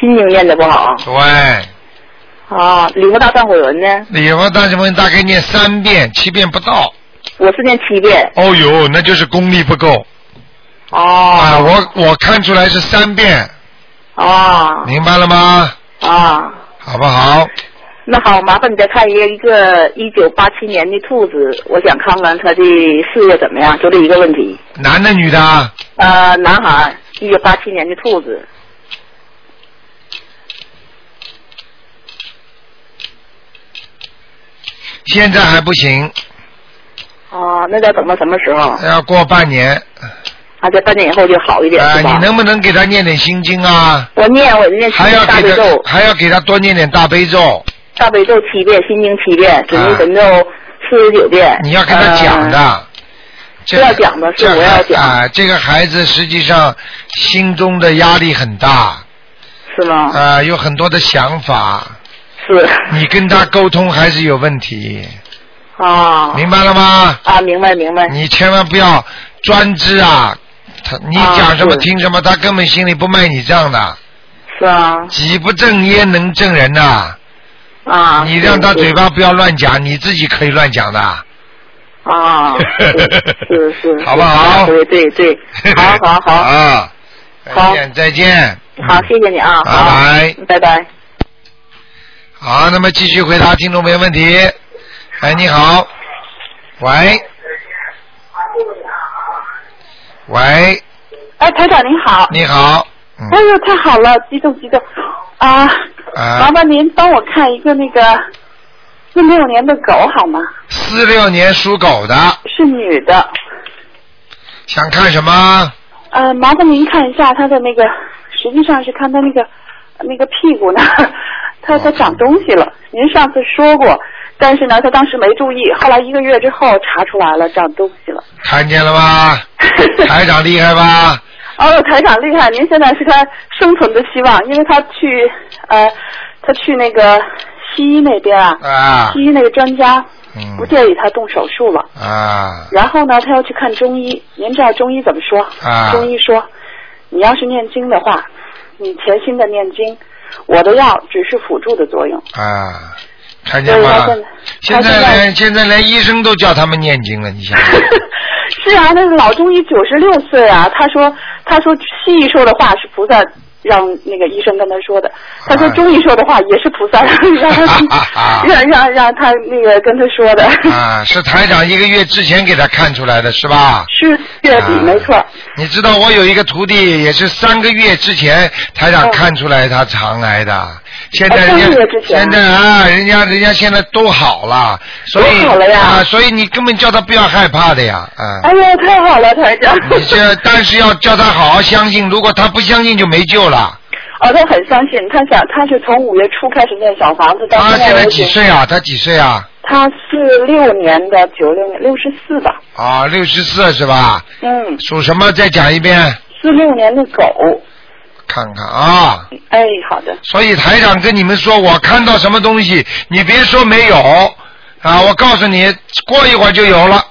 L: 心经念的不好
A: 对，
L: 啊，礼佛大忏悔文呢？
A: 礼佛大忏悔大概念三遍，七遍不到。
L: 我是念七遍。
A: 哦呦，那就是功力不够。
K: 嗯
L: 哦。
A: 啊，我我看出来是三遍，
L: 啊
A: 明白了吗？
L: 啊，
A: 好不好？
L: 那好，麻烦你再看一个一个一九八七年的兔子，我想看看他的事业怎么样，就这一个问题。
A: 男的女的啊？
L: 呃，男孩，一九八七年的兔子，
A: 现在还不行，
L: 啊，那得等到什么时候？
A: 要过半年。
L: 啊，在半年以后就好一点，
A: 啊、
L: 是吧？
A: 你能不能给他念点心经啊？
L: 我念我念心
A: 还要
L: 经大
A: 给
L: 悲
A: 他
L: 咒，
A: 还要给他多念点大悲咒，
L: 大悲咒七遍，心经七遍，准提神咒四十九遍。
A: 啊你要跟他讲的。
L: 呃
A: 这
L: 是要讲的是
A: 这
L: 我要讲
A: 啊、这个孩子实际上心中的压力很大。
L: 是吗？
A: 啊、有很多的想法。
L: 是。
A: 你跟他沟通还是有问题，
K: 哦
L: 啊
A: 明白了吗？
L: 啊，明白明白。
A: 你千万不要专制啊！他你
L: 啊
A: 讲什么
L: 是
A: 听什么，他根本心里不卖你账的。
L: 是啊
A: 己不正焉能正人呐、
L: 啊。
A: 你让他
L: 是
A: 嘴巴不要乱讲，你自己可以乱讲的，
L: 啊， 是是，是
A: 好不好
L: 啊对对 对，好好好，
A: 啊，再
L: 好
A: 见再见，
L: 好，谢谢你啊，
A: 拜
L: 好
A: 拜。
L: 拜拜。
A: 好，那么继续回答听众朋友问题。哎，你好，喂喂，
B: 哎，台长您好。
A: 你好，
B: 哎呦，太好了，激动激动啊！
A: 啊
L: 麻，烦您帮我看一个那个四六年的狗好吗？
A: 四六年属狗的，
L: 是女的，
A: 想看什么？
L: 呃，麻烦您看一下她的那个，实际上是看她那个那个屁股呢，
A: 哦
L: 她她长东西了。您上次说过，但是呢，她当时没注意，后来一个月之后查出来了，长东西了。
A: 看见了 吧？台长厉害吧？
L: 哦，台长厉害！您现在是他生存的希望，因为他去呃，他去那个西医那边啊，
A: 啊
L: 西医那个专家
A: 嗯
L: 不建议他动手术了。
A: 啊
L: 然后呢，他要去看中医。您知道中医怎么说？
A: 啊
L: 中医说，你要是念经的话，你全心的念经，我的药只是辅助的作用。
A: 啊！看
L: 所
A: 见
L: 以
A: 吗
L: 他？现在
A: 现
L: 他现
A: 在
L: 在
A: 连现在连医生都叫他们念经了，你 想想？
L: 是啊，那个老中医九十六岁啊，他说他说西医说的话是菩萨让那个医生跟他说的，他说
A: 哎
L: 中医说的话也是菩萨让他 让让让他那个跟他说的，
A: 啊，是台长一个月之前给他看出来的，是吧？啊
L: 是月底没错。
A: 你知道我有一个徒弟，也是三个月之前台长看出来他肠癌的，现在人
L: 哦三
A: 家
L: 个月之前
A: 现在啊，人家人家现在都好了，所以
L: 都好了呀
A: 啊，所以你根本叫他不要害怕的呀，啊。
L: 哎呀，太好了，台长。
A: 你 这但是要叫他好好相信，如果他不相信就没 救了。
L: 哦，他很相信，他想他是从五月初开始念小房子到
A: 他现
L: 在
A: 在
L: 为
A: 几
L: 止，
A: 岁啊？他几岁啊？
L: 他是六年的九六年六十四吧，
A: 啊，六十四是 吧？
L: 嗯，
A: 属什么？再讲一遍，
L: 四六年的狗，
A: 看看啊。
L: 哎，好的，
A: 所以台长跟你们说，我看到什么东西，你别说没有啊，我告诉你，过一会儿就有了，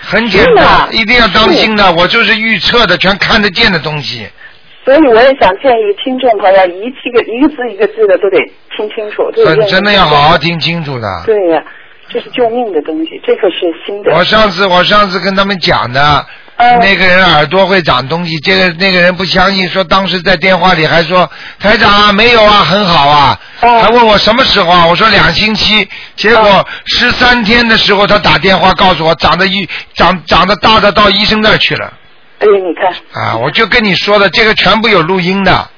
A: 很简单，
L: 是的
A: 一定要当心的。我就是预测的，全看得见的东西。
L: 所以我也想建议听众朋友，一这个一个字一个字的都得听清楚，这个
A: 真
L: 认识
A: 真的要好好。听清楚的。
L: 对呀、这是救命的东西，这可是新的。
A: 我上次我上次跟他们讲的，
L: 嗯
A: 那个人耳朵会长东西，这个那个人不相信，说当时在电话里还说台长啊没有啊，很好啊，
L: 哦
A: 还问我什么时候啊，我说两星期，结果十三天的时候他打电话告诉我长得一长长得大的到医生那儿去了
L: 哎，你看，
A: 啊，我就跟你说的，这个全部有录音的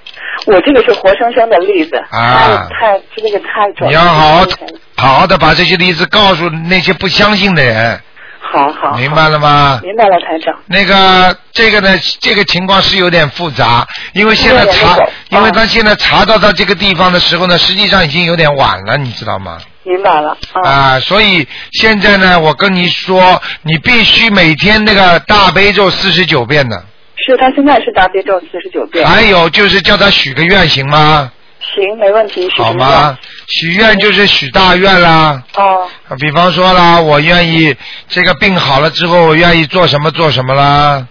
L: 我这个是活生生的例子。
A: 啊
L: 太这个太准了。
A: 你要好好好好的把这些例子告诉那些不相信的人，
L: 好好，
A: 明白了吗？
L: 明白了，台长。
A: 那个这个呢，这个情况是有点复杂，因为现在查，因
L: 啊
A: 为他现在查到他这个地方的时候呢，实际上已经有点晚了，你知道吗？
L: 明白了。
A: 啊，所以现在呢，我跟你说，你必须每天那个大悲咒四十九遍的，
L: 是他现在是大悲咒四十九遍。
A: 还有就是叫他许个愿，行吗？
L: 行，没问题。是
A: 好
L: 什么样？
A: 吗？许愿就是许大愿啦。
L: 哦，
A: 啊比方说啦，我愿意这个病好了之后，我愿意做什么做什么啦。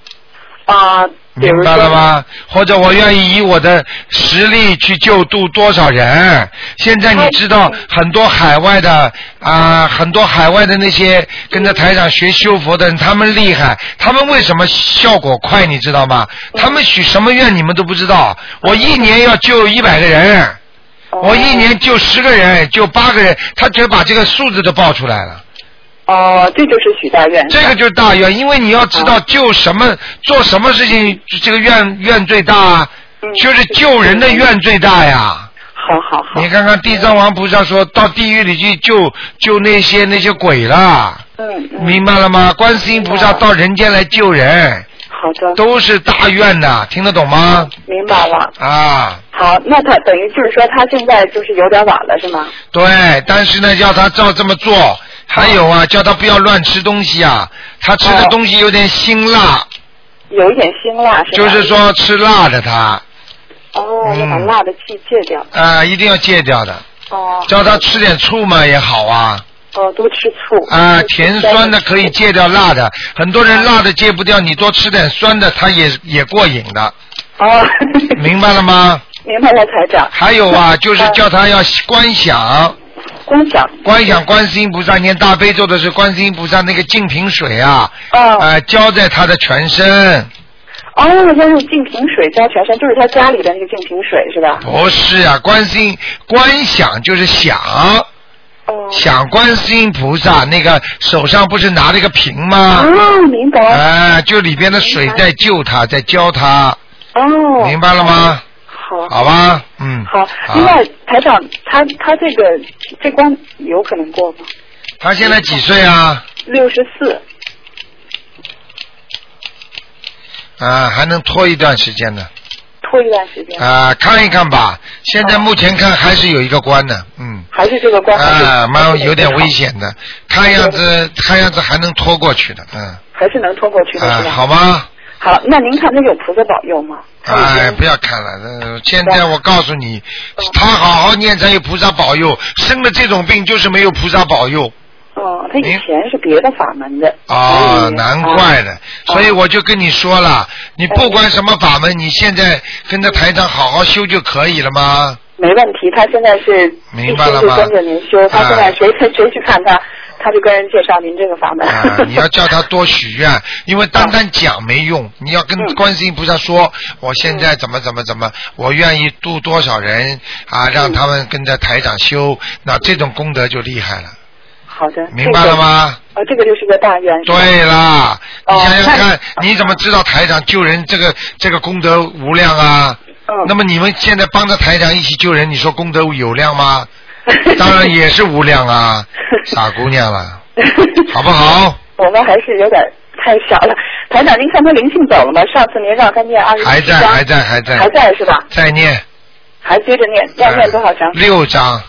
L: 啊，
A: 明白了吗？或者我愿意以我的实力去救度多少人？现在你知道很多海外的啊、很多海外的那些跟着台长学修佛的人，他们厉害，他们为什么效果快？你知道吗？他们许什么愿你们都不知道。我一年要救一百个人，
L: 哦
A: 我一年救十个人，救八个人，他只把这个数字都报出来了。
L: 哦，这就是许大愿。嗯
A: 这个就是大愿，因为你要知道救什么、做什么事情，这个愿愿最大啊，就是救人的愿最大呀。
L: 嗯好好好。
A: 你看看地藏王菩萨说到地狱里去救救那些那些鬼了，
L: 嗯，
A: 明白了吗？观世音菩萨到人间来救人，
L: 好的，
A: 都是大愿的，听得懂吗？
L: 明白了。
A: 啊，
L: 好，那他等于就是说他现在就是有点晚了，是吗？
A: 对，但是呢，要他照这么做。还有啊，叫他不要乱吃东西啊，他吃的东西有点辛
L: 哦
A: 辣，
L: 有一点辛辣，是吧？
A: 就是说吃辣的他。
L: 哦，要把
A: 嗯
L: 辣的气戒掉。
A: 啊，一定要戒掉的。
L: 哦。
A: 叫他吃点醋嘛也好啊。
L: 哦，多吃醋。
A: 啊，甜酸的可以戒掉辣的，很多人辣的戒不掉，你多吃点酸的，他也也过瘾的。
L: 哦。
A: 明白了吗？
L: 明白了，台长。
A: 还有啊，就是
L: 嗯
A: 叫他要观想。
L: 观想。
A: 观想观世音菩萨念大悲咒的是观世音菩萨那个净瓶水啊，
L: 哦
A: 呃，浇在他的全身。
L: 哦，要用净瓶水浇全身，就是他家里的那个净瓶水是吧？
A: 不是啊，观世音观想就是想，
L: 哦
A: 想观世音菩萨那个手上不是拿了一个瓶吗？
L: 哦，明白。
A: 哎、就里边的水在救他，在浇他，
L: 哦，
A: 明白了吗？
L: 好。
A: 好吧，嗯，
L: 好。
A: 好
L: 另外，台长，他他这个这关有可能过吗？
A: 他现在几岁啊？
L: 六十四，
A: 啊，还能拖一段时间呢。
L: 拖一段时间，
A: 啊，看一看吧。现在目前看还是有一个关的，嗯。
L: 还是这个关，还是
A: 啊，蛮有点危险的，看样子看样子还能拖过去的，嗯。
L: 还是能拖过去的，
A: 啊
L: 是，吧？
A: 好吗？
L: 好，那您看他有菩萨保佑吗？
A: 哎，不要看了，呃现在我告诉你，他好好念才有菩萨保佑，生了这种病就是没有菩萨保佑。
L: 哦，他以前是别的法门的，嗯啊
A: 哦，难怪的，所以我就跟你说了，你不管什么法门，你现在跟着台长好好修就可以了吗？
L: 没问题。他现在是
A: 明白了啊
L: 一直
A: 吗
L: 是跟着您修，他现在谁谁谁去看他，他就跟人介绍您这个法门。
A: 啊，你要叫他多许愿，因为单单讲没用，你要跟
L: 嗯
A: 观世音菩萨说，我现在怎么怎么怎么，我愿意度多少人
L: 嗯
A: 啊，让他们跟着台长修，那这种功德就厉害了。
L: 好的，
A: 明白了吗
L: 这个？啊，这个就是个大愿。是吧
A: 对啦，你
L: 哦
A: 想想
L: 那
A: 看，你怎么知道台长救人这个这个功德无量啊？
L: 哦
A: 那么你们现在帮着台长一起救人，你说功德有 量吗？当然也是无量啊，傻姑 娘了，好不好？
L: 我们还是有点太小了。台长，您看他灵性走了吗？上次您让他念二十
A: 还在，还在，还在，
L: 还在是吧？
A: 再念啊
L: 还接着念，要念多少章？
A: 六章，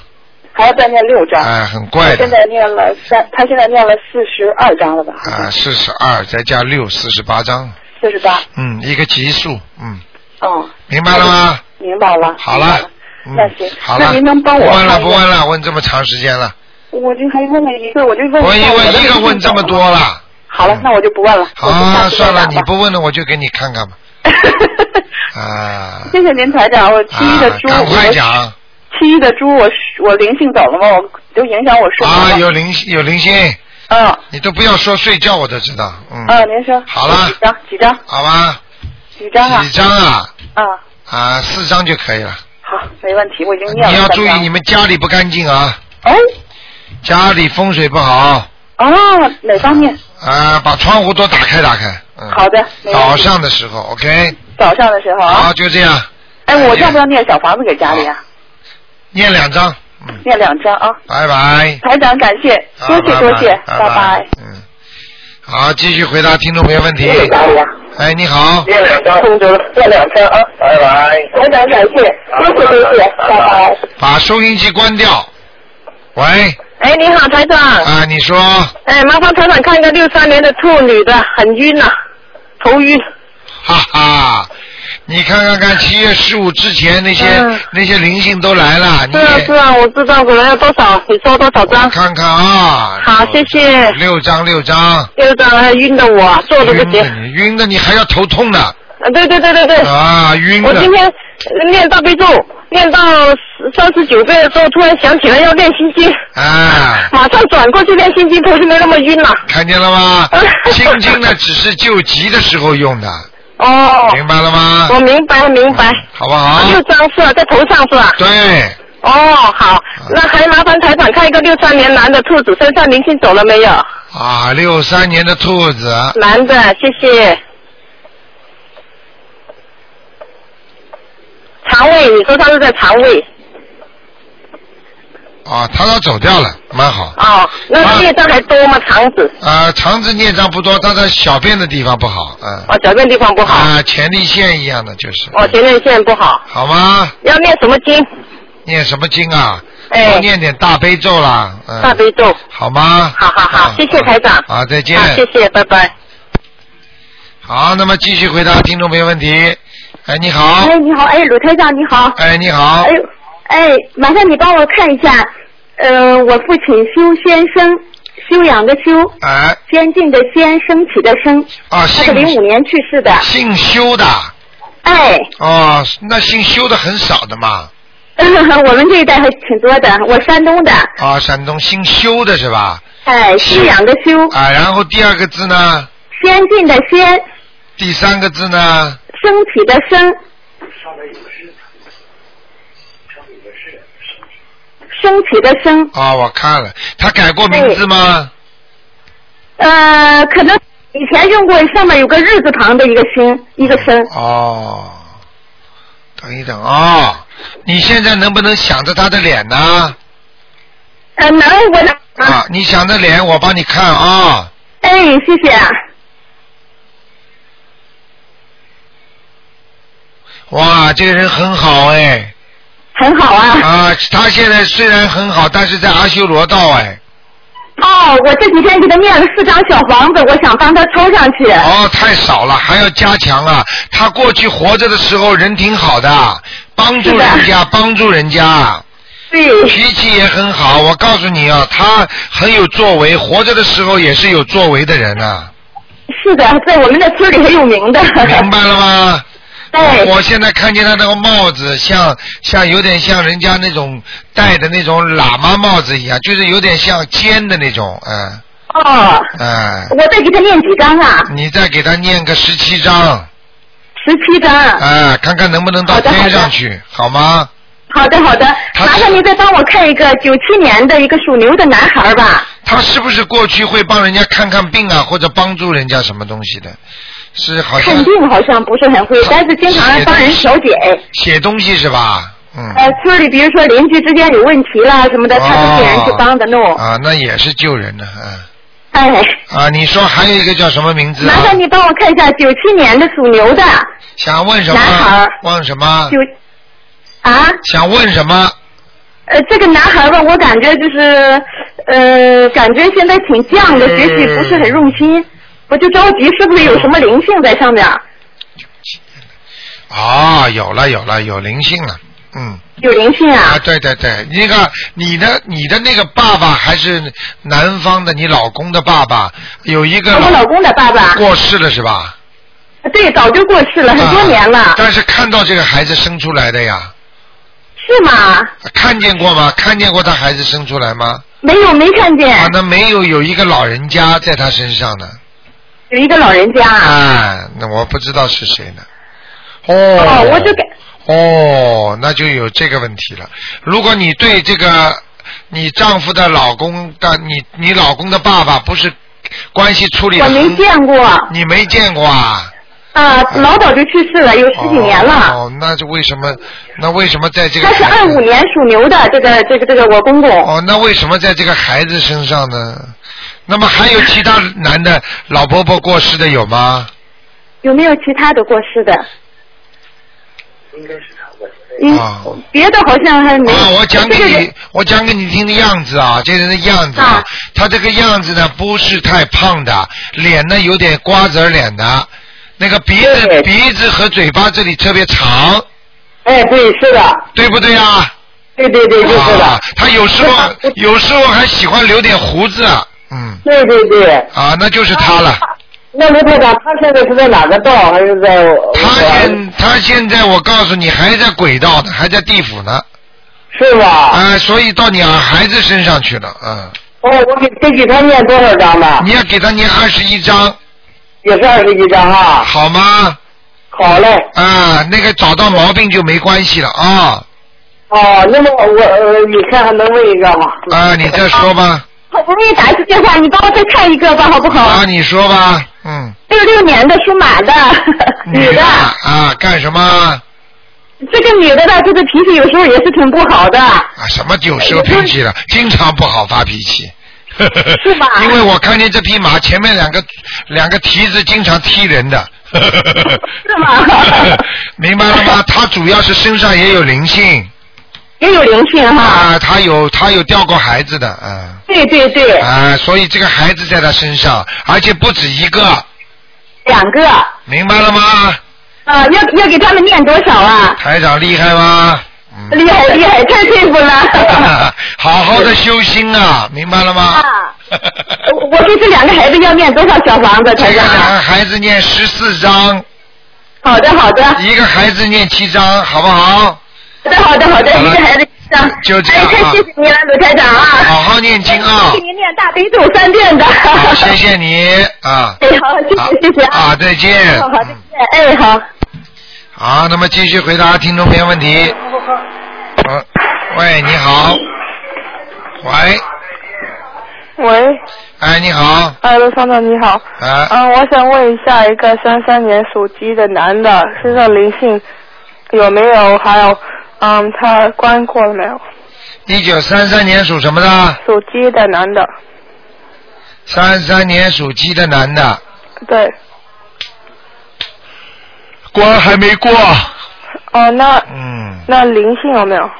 L: 还要再念六章。
A: 哎，很怪
L: 他现
A: 的
L: 在念了三，他现在念了四十二章了吧？
A: 啊，四十二再加六，四十八章，
L: 四十八。
A: 嗯，一个级数，嗯，
L: 哦，
A: 明白了吗？
L: 明白了。
A: 好了，嗯
L: 那行，
A: 好
L: 那
A: 了，
L: 您能帮我
A: 不问了，
L: 看一
A: 不
L: 下
A: 问了，问这么长时间了，
L: 我就还问了一个，我就问
A: 我
L: 一
A: 一
L: 下我的
A: 问一
L: 灵
A: 个
L: 性
A: 问这么
L: 走
A: 多
L: 了吗。
A: 了，嗯
L: 好了，那我就不问了。
A: 好
L: 我就下
A: 啊，
L: 次
A: 算
L: 再
A: 了，
L: 打
A: 你
L: 吧
A: 不问了，我就给你 看看吧。啊
L: 谢谢您，台长。我七一的
A: 啊，
L: 猪，
A: 赶快
L: 我
A: 讲
L: 七一的猪，我是我灵性走了吗？我就影响我睡眠
A: 啊，
L: 了。
A: 有灵有灵性，
L: 嗯，
A: 你都不要说睡觉，我都知道，嗯，
L: 啊，您说
A: 好了，
L: 几张？几张？
A: 好吧，
L: 几张啊？
A: 几张啊？
L: 啊，
A: 啊，四张就可以了。
L: 好，没问题，我已经念了。
A: 你要注意，你。们家里不干净啊，
L: 哦
A: 家里风水不好
L: 哦，哪方面？
A: 啊，把窗户都打开打开，嗯，
L: 好的，没问题
A: 早上的时候，OK，
L: 早上的时候啊
A: 好，。就这样，
L: 哎，我要不要念小房子给家里啊？
A: 念两张，
L: 念两张啊。
A: 拜拜。
L: 台长，感谢，
A: 啊
L: 多谢多谢，
A: 拜
L: 拜
A: 拜。嗯，好，继续回答听众朋友问题。哎，你好。
M: 念两张，空中念两张啊，拜拜。台长感谢，谢谢谢谢，拜拜。
A: 把收音机关掉。喂，
B: 哎，你好，台长。
A: 啊，你说
B: 哎，麻烦台长看一个六三年的兔女的，很晕呐、头晕。
A: 啊，你看看看，七月十五之前那些、那些灵性都来了，你
B: 是啊，是啊，我知道，可能要多少？你说多少张？
A: 看看啊。
B: 好，谢谢。
A: 六张六张，
B: 六张，哎晕的我坐都不
A: 晕
B: 行。
A: 的你晕的你还要头痛呢，
B: 啊，对对对对对。
A: 啊，晕
B: 我
A: 的
B: 今天呃念大悲咒，念到三十九遍的时候，突然想起来要练心经，
A: 啊，
B: 马上转过去练心经，头就没那么晕了。
A: 看见了 吗？心经呢只是救急的时候用的，
B: 哦。
A: 明白了吗？
B: 我明白明白。
A: 好不好？
B: 六张是吧？在头上是吧？
A: 对，
B: 哦，好，那还麻烦台长看一个六三年男的兔子身上灵性走了没有？
A: 啊，六三年的兔子，
B: 男的，谢谢。肠胃，你说他是在肠胃
A: 啊，他都走掉了，蛮好。
B: 哦，那他孽障还多吗？肠子，
A: 啊，肠子孽障不多，但是小便的地方不好，嗯。
B: 哦，小便地方不好，
A: 啊，前列腺一样的就是，
B: 哦，前列腺不好，
A: 好啊吗？
B: 要念什么经？
A: 念什么经啊？
B: 哎
A: 多念点大悲咒啦，嗯。
B: 大悲咒。
A: 好吗？
B: 好好好，谢谢台长。
A: 好，再见。
B: 好，谢谢，拜拜。
A: 好，那么继续回答听众朋友问题。哎，你好，
N: 哎，你好，哎，鲁台长，你好。
A: 哎，你好
N: 哎，哎，麻烦你帮我看一下，呃，我父亲修先生，修养的修，
A: 哎，
N: 先进的先，升起的升。
A: 啊，
N: 他是零五年去世的。
A: 姓修的。
N: 哎，
A: 哦，那姓修的很少的嘛。
N: 我们这一代还挺多的，我山东的。
A: 啊，山东姓修的是吧？
N: 哎，修养的修，
A: 啊，然后第二个字呢？
N: 先进的先，
A: 第三个字呢？
N: 升起的升。升起的升，
A: 啊，我看了，他改过名字吗？
B: 哎
N: 呃，可能以前用过上面有个日字旁的一个心，一个生。
A: 哦，等一等啊、你现在能不能想着他的脸呢？
B: 呃，能我能。
A: 啊，你想着脸，我帮你看啊。
B: 哎，谢谢啊。
A: 哇，这个人很好哎。
B: 很好啊。
A: 啊，他现在虽然很好，但是在阿修罗道哎。
B: 哦，我这几天给他念了四张小房子，我想帮他抽上去。
A: 哦，太少了，还要加强啊！他过去活着的时候人挺好的，帮助人家，帮助人家。
B: 对。
A: 脾气也很好，我告诉你啊，他很有作为，活着的时候也是有作为的人啊。
B: 是的，在我们这村里很有名的。
A: 明白了 吗？对。我现在看见他那个帽子，像像有点像人家那种戴的那种喇嘛帽子一样，就是有点像尖的那种，嗯。
B: 哦，
A: 嗯，
B: 我再给他念几张啊？
A: 你再给他念个十七章，
B: 十七张。
A: 哎，看看能不能到天上去，好吗？
B: 好的，好的，麻烦您再帮我看一个九七年的一个属牛的男孩吧。
A: 他是不是过去会帮人家看看病啊，或者帮助人家什么东西的？是好像
B: 看病好像不是很会，但是经常帮人调解。
A: 写东西是吧？嗯。
B: 呃，村里比如说邻居之间有问题啦什么的，他都给人去帮着弄。
A: 啊，那也是救人的，嗯。
B: 哎，
A: 啊，你说还有一个叫什么名字
B: 麻
A: 啊？
B: 烦你帮我看一下九七年的属牛的
A: 想问什么？
B: 男孩儿
A: 问什么
B: 九？啊，
A: 想问什么？
B: 呃，这个男孩吧，我感觉就是呃，感觉现在挺犟的，学习不是
A: 嗯
B: 很用心，我就着急是不是有什么灵性在上面？
A: 啊、有了，有了，有灵性了，嗯。
B: 有灵性啊？
A: 啊，对对对，那个你的你的那个爸爸还是南方的，你老公的爸爸有一个
B: 啊我老公的爸爸
A: 过世了是吧？
B: 对，早就过世了，很多年了，
A: 啊但是看到这个孩子生出来的呀，
B: 是吗？
A: 看见过吗？看见过他孩子生出来吗？
B: 没有，没看见，
A: 啊，那没有，有一个老人家在他身上呢。
B: 有一个老人家。
A: 啊，那我不知道是谁呢。哦。
B: 哦我就
A: 给。哦，那就有这个问题了。如果你对这个你丈夫的老公的你你老公的爸爸不是关系处理得
B: 我
A: 很，
B: 没见过，
A: 你没见过啊？
B: 啊，老早就去世了，有十几年了。
A: 哦，那就为什么？那为什么在这个
B: 他是二五年属牛的，这个这个这个我公公。
A: 哦，那为什么在这个孩子身上呢？那么还有其他男的老伯伯过世的有吗？
B: 有没有其他的过世的？应该是
A: 啊
B: 他过世。别的好像还没有。
A: 啊，我讲给
B: 这个
A: 你
B: 人，
A: 我讲给你听的样子啊，这人的样子啊，他这个样子呢不是太胖的，脸呢有点瓜子儿脸的，那个鼻子鼻子和嘴巴这里特别长。
O: 哎，对，是的。
A: 对不对啊？
O: 对对对，就是的。
A: 啊，他有时 候有时候还喜欢留点胡子，嗯。
O: 对对对。
A: 啊，那就是 他了。
O: 那刘队长，他现在是在哪个道？还是在？
A: 他现他现在我告诉你，还在轨道呢，还在地府呢。
O: 是吧？
A: 啊，所以到你孩子身上去了，嗯。
O: 哦，我给得给他念多少章呢？
A: 你要给他念二十一章。
O: 也是二十一章啊。
A: 好吗？
O: 好嘞。
A: 啊，那个找到毛病就没关系了啊。
O: 哦，那么我呃，你看还能问一个吗？
A: 啊，你再说吧。
B: 好不容易打一次电话，你帮我再看一个吧，好不好？
A: 啊，你说吧。嗯。
B: 六六年的属马的女的，
A: 啊，干什么？啊，
B: 这个女的吧，这个脾气有时候也是挺不好的。
A: 啊什么有时候脾气了，经常不好发脾气。
B: 是吧
A: 因为我看见这匹马前面两个两个蹄子经常踢人的。是
B: 吗？
A: 明白了吗？它主要是身上也有灵性。
B: 也有灵性哈
A: 啊，它有它有掉过孩子的，嗯。
B: 对对对，
A: 啊，所以这个孩子在他身上，而且不止一个，
B: 两个
A: 明白了吗？
B: 啊，要要给他们念多少啊？
A: 台长厉害吗？
B: 厉害厉害，太佩服了。
A: 好好的修心啊，明白了吗？
B: 啊 我我给这两个孩子要念多少小房子，台
A: 这个啊
B: 长？
A: 两个孩子念十四章。
B: 好的好的。
A: 一个孩子念七章，好不好？
B: 好的好的好的，
A: 好
B: 一
A: 了
B: 个孩子一张。
A: 就这样
B: 哎，太
A: 啊
B: 谢谢您了，鲁台长啊。
A: 好好念经啊
B: 给！您念大悲咒三遍的。
A: 好，谢谢你啊！
B: 哎，好，谢谢谢谢啊。
A: 啊，再见
B: 好。好，再见。哎，好。
A: 好，那么继续回答听众朋友问题。嗯，喂，你好。
B: 嗯
A: 喂，
P: 喂，
A: 哎，你好，
P: 哎，罗厂长你好，
A: 啊，
P: 嗯，我想问一下，一个三三年属鸡的男的身上灵性有没有？还有，嗯，他关过了没有？
A: 一九三三年属什么的？
P: 属鸡的男的，
A: 三三年属鸡的男的，
P: 对，
A: 关还没过，
P: 哦，那
A: 嗯，
P: 那灵性有没有？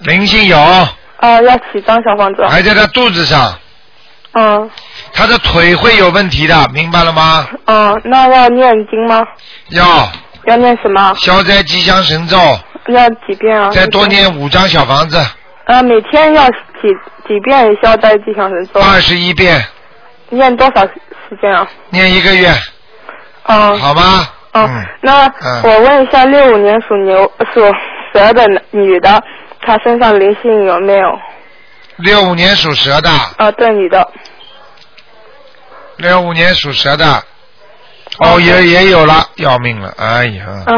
A: 灵性有，
P: 啊，要几张小房子？
A: 还在他肚子上，
P: 嗯
A: 他的腿会有问题的，明白了吗？
P: 嗯，那要念经吗？
A: 要
P: 要念什么？
A: 消灾吉祥神咒，
P: 要几遍啊？
A: 再多念五张小房子，
P: 呃，每天要几几遍消灾吉祥神咒？
A: 二十一遍，
P: 念多少时间啊？
A: 念一个月，
P: 嗯，
A: 好吗？
P: 嗯，那
A: 嗯
P: 我问一下，六五年属牛属蛇的男女的，她身上灵性有没有？
A: 六五年属蛇的，
P: 啊，对，女的，
A: 六五年属蛇的，哦，也也有了，要命了，哎呀，
P: 嗯，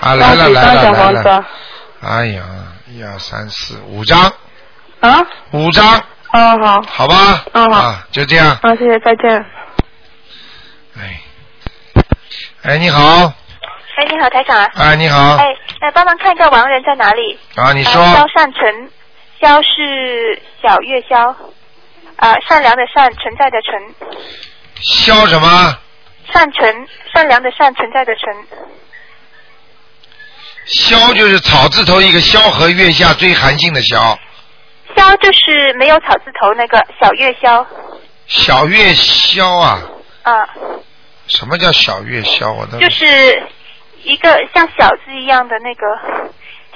A: 啊，来了
P: 那几
A: 来了
P: 张小
A: 来
P: 房子
A: 了，
P: 啊？
A: 哎呀，一二三四五张，
P: 啊
A: 五张，
P: 嗯，好，
A: 好吧？
P: 嗯好
A: 啊，就这样。
P: 啊，谢谢，再见。
A: 哎，你好，
Q: 哎，你好，台长啊。
A: 哎，你好，
Q: 哎，哎，帮忙看一个亡人在哪里？
A: 啊，你说，
Q: 呃、肖善成，肖是小月肖，啊、善良的善，存在的存，
A: 肖什么？
Q: 善存，善良的善，存在的存。
A: 肖就是草字头一个萧和月下追韩信的萧，
Q: 肖就是没有草字头那个小月肖，
A: 小月萧啊，
Q: 啊、
A: 什么叫小月萧？我都
Q: 就是一个像小字一样的那个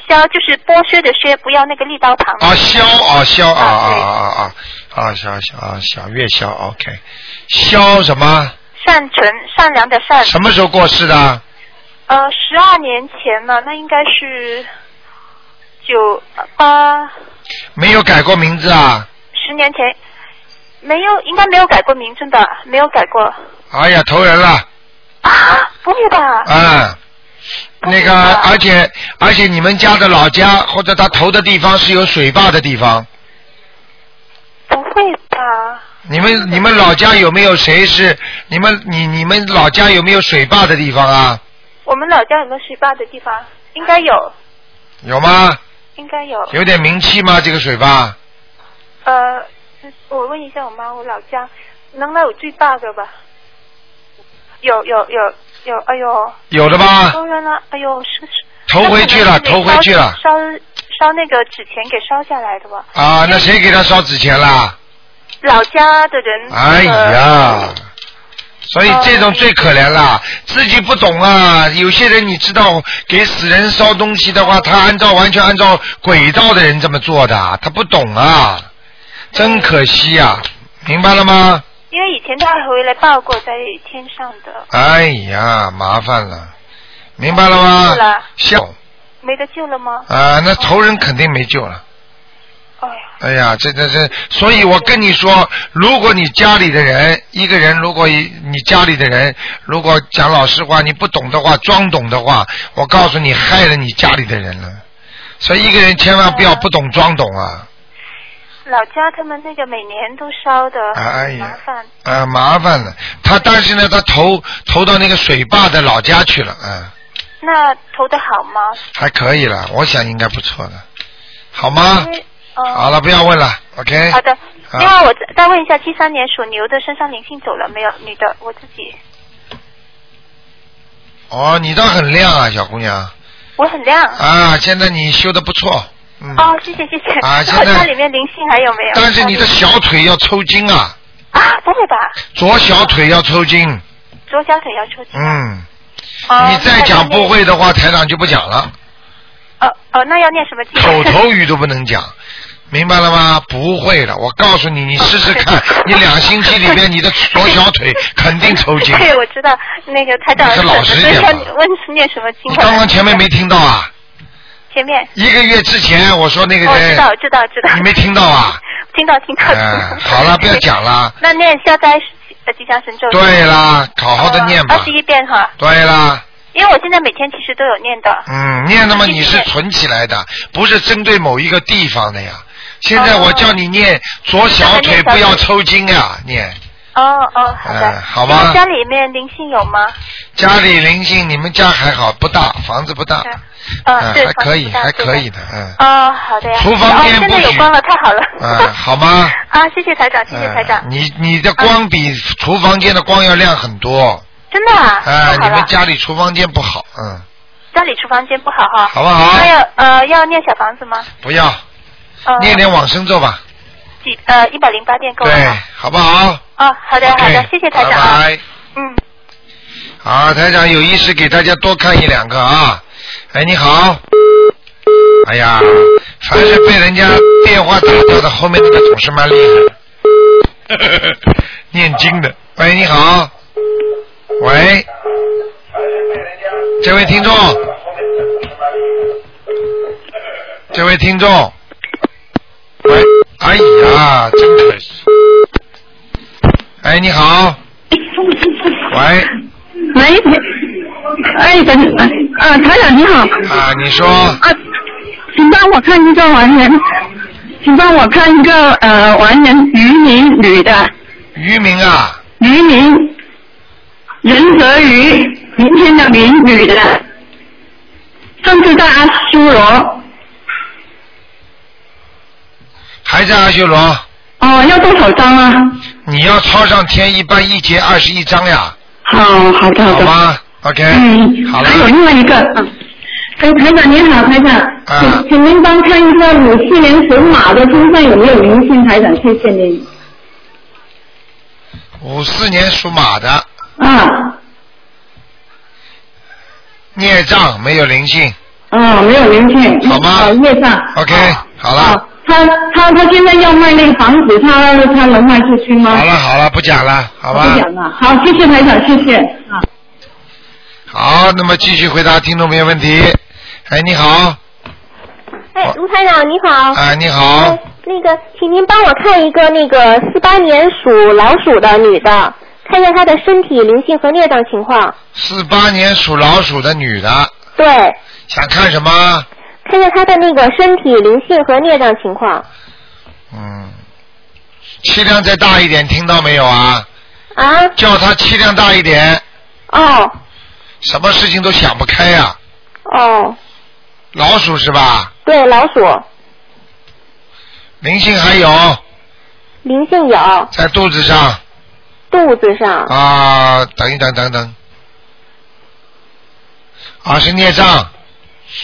Q: 肖，就是剥削的削，不要那个立刀旁。
A: 啊，萧啊萧啊啊啊啊啊小小啊小月萧，OK，萧什么？
Q: 善存，善良的善。
A: 什么时候过世的？
Q: 呃，十二年前嘛，那应该是九八
A: 没有改过名字啊？
Q: 十年前，没有，应该没有改过名称吧？没有改过
A: 哎呀，投人了，
Q: 啊？不会吧？
A: 嗯。那个，而且而且你们家的老家或者他投的地方是有水坝的地方，
Q: 不会吧？
A: 你们你们老家有没有谁是你们你你们老家有没有水坝的地方啊？
Q: 我们老家有没有水坝的地方？应该有，
A: 有吗？
Q: 应该有。
A: 有点名气吗？这个水坝？
Q: 呃，我问一下我妈，我老家能来有最大的吧？有有有有，哎呦，
A: 有的吧
Q: 当然了，哎呦，是是
A: 投回去了
Q: 那可能是给
A: 投回去了
Q: 烧烧那个纸钱给烧下来的吧？
A: 啊，那谁给他烧纸钱啦？
Q: 老家的人，
A: 哎
Q: 呃
A: 呀，所以这种最可怜了，自己不懂啊。有些人你知道，给死人烧东西的话，他按照完全按照轨道的人这么做的，他不懂啊，真可惜呀、啊，明白了吗？
Q: 因为以前他回来报过在天上的，
A: 哎呀，麻烦了，明白了吗
Q: 是了？
A: 笑
Q: 没得救了吗？
A: 啊，那仇人肯定没救了。
Q: 哦
A: 哎呀，这这这，所以我跟你说，如果你家里的人一个人，如果一你家里的人如果讲老实话，你不懂的话，装懂的话，我告诉你，害了你家里的人了。所以一个人千万不要不懂装懂啊！
Q: 老家他们那个每年都烧的，
A: 哎呀
Q: 麻烦。
A: 啊，麻烦了。他但是呢，他投投到那个水坝的老家去了，啊，
Q: 那投的好吗？
A: 还可以了，我想应该不错的，好吗
Q: 因？为嗯、
A: 好了，不要问了，OK。
Q: 好的。
A: 啊
Q: 另外，我再再问一下，七三年属牛的身上灵性走了没有？女的，我自己，
A: 哦，你倒很亮啊，小姑娘。
Q: 我很亮。
A: 啊，现在你修的不错，嗯。
Q: 哦，谢谢谢谢。
A: 啊现在
Q: 我家里面灵性还有没有？
A: 但是你的小腿要抽筋啊，
Q: 啊，不会吧？
A: 左小腿要抽筋，
Q: 左小腿要抽筋。
A: 嗯。
Q: 哦
A: 你再讲不会的话，台长就不讲了，
Q: 哦哦，那要念什么经？
A: 口头语都不能讲。明白了吗？不会了，我告诉你，你试
Q: 哦
A: 试看，你两星期里面你的左小腿肯定抽筋。
Q: 对，我知道那个台长
A: 你可老实一点吧
Q: 问问念什么经？
A: 你刚刚前面没听到 啊？
Q: 前面
A: 一个月之前我说那个
Q: 哦知
A: 人，
Q: 道知道知道，
A: 你没听到啊？
Q: 听到听到。
A: 嗯，好了，不要讲了。
Q: 那念消灾呃吉祥神咒。
A: 对啦，好好的念
Q: 二
A: 吧
Q: 十。一遍哈，
A: 对啦，
Q: 因为我现在每天其实都有念的。
A: 嗯，念那么你是存起来的，不是针对某一个
Q: 哦
A: 地方的呀。现在我叫你念左小腿不要抽筋呀，念。
Q: 哦哦，好的。
A: 嗯好吧
Q: 那家里面灵性有吗？
A: 家里灵性，你们家还好，不大，房子不大，
Q: 嗯，
A: 嗯，
Q: 对，
A: 还可以，还可以
Q: 的。
A: 的，嗯，
Q: 哦，好的呀。
A: 厨房
Q: 哦
A: 边
Q: 现在
A: 不
Q: 有
A: 许
Q: 光了，太好了。
A: 嗯，好吗？
Q: 啊，谢谢台长，谢谢台
A: 嗯
Q: 长。，
A: 你你的光比厨房间的光要亮很多，
Q: 真的啊？
A: 哎，
Q: 太好
A: 你们
Q: 了。
A: 家里厨房间不好，嗯，
Q: 家里厨房间不好哈。
A: 好不好
Q: 那要呃要念小房子吗？
A: 不要
Q: 呃。
A: 念点往生咒吧，
Q: 几呃一百零八遍够了
A: 对
Q: 吗？，
A: 好不好？
Q: 哦，好的好的，谢谢台长啊。
A: 拜拜。
Q: 嗯。
A: 好，台长有意识给大家多看一两个啊。哎，你好。哎呀，凡是被人家电话打掉的，后面那个总是蛮厉害的，念经的。喂，你好。喂。这位听众。这位听众。喂，哎呀，真可惜。哎，你好。喂。
J: 喂，哎，等，呃，台长你好，
A: 啊，你说
J: 啊，请帮我看一个完人，请帮我看一个呃完人渔民女的
A: 渔民啊，
J: 渔民，人和鱼，明天的明女的，上次在阿修罗，
A: 还在阿修罗？
J: 哦，要多少张啊？
A: 你要抄上天，一般一节二十一章呀，
J: 好，好的，好
A: 好
J: 的。
A: 吗？OK，
J: 嗯，
A: 好了
J: 哦还有另外一个，嗯，哎，台长您好，台长，
A: 啊
J: 请请您帮看一下五四年属马的身上有没有灵性，台长，谢谢您。
A: 五四年属马的
J: 啊，
A: 孽障没有灵性
J: 啊，没有哦灵性，
A: 好吗
J: 好，业障。
A: ，OK，好了，
J: 他他他现在要卖那个房子，他他能卖出去吗？
A: 好了，好了，不讲了，好吧
J: 不？讲了。好，谢谢台长，谢谢。啊，
A: 好，那么继续回答听众朋友问题。哎，你好，
C: 哎，卢台长你好。哎
A: 啊，你好，
C: 那个，请您帮我看一个那个四八年属老鼠的女的，看一下她的身体灵性和孽障情况。
A: 四八年属老鼠的女的，
C: 对，
A: 想看什么？
C: 看一下她的那个身体灵性和孽障情况。
A: 嗯，气量再大一点，听到没有啊？
C: 啊？
A: 叫他气量大一点。
C: 哦。
A: 什么事情都想不开呀、
C: 哦，
A: 老鼠是吧？
C: 对，老鼠
A: 灵性还有
C: 灵性有，
A: 在肚子上
C: 肚子上
A: 啊，等一等，等等，啊是孽障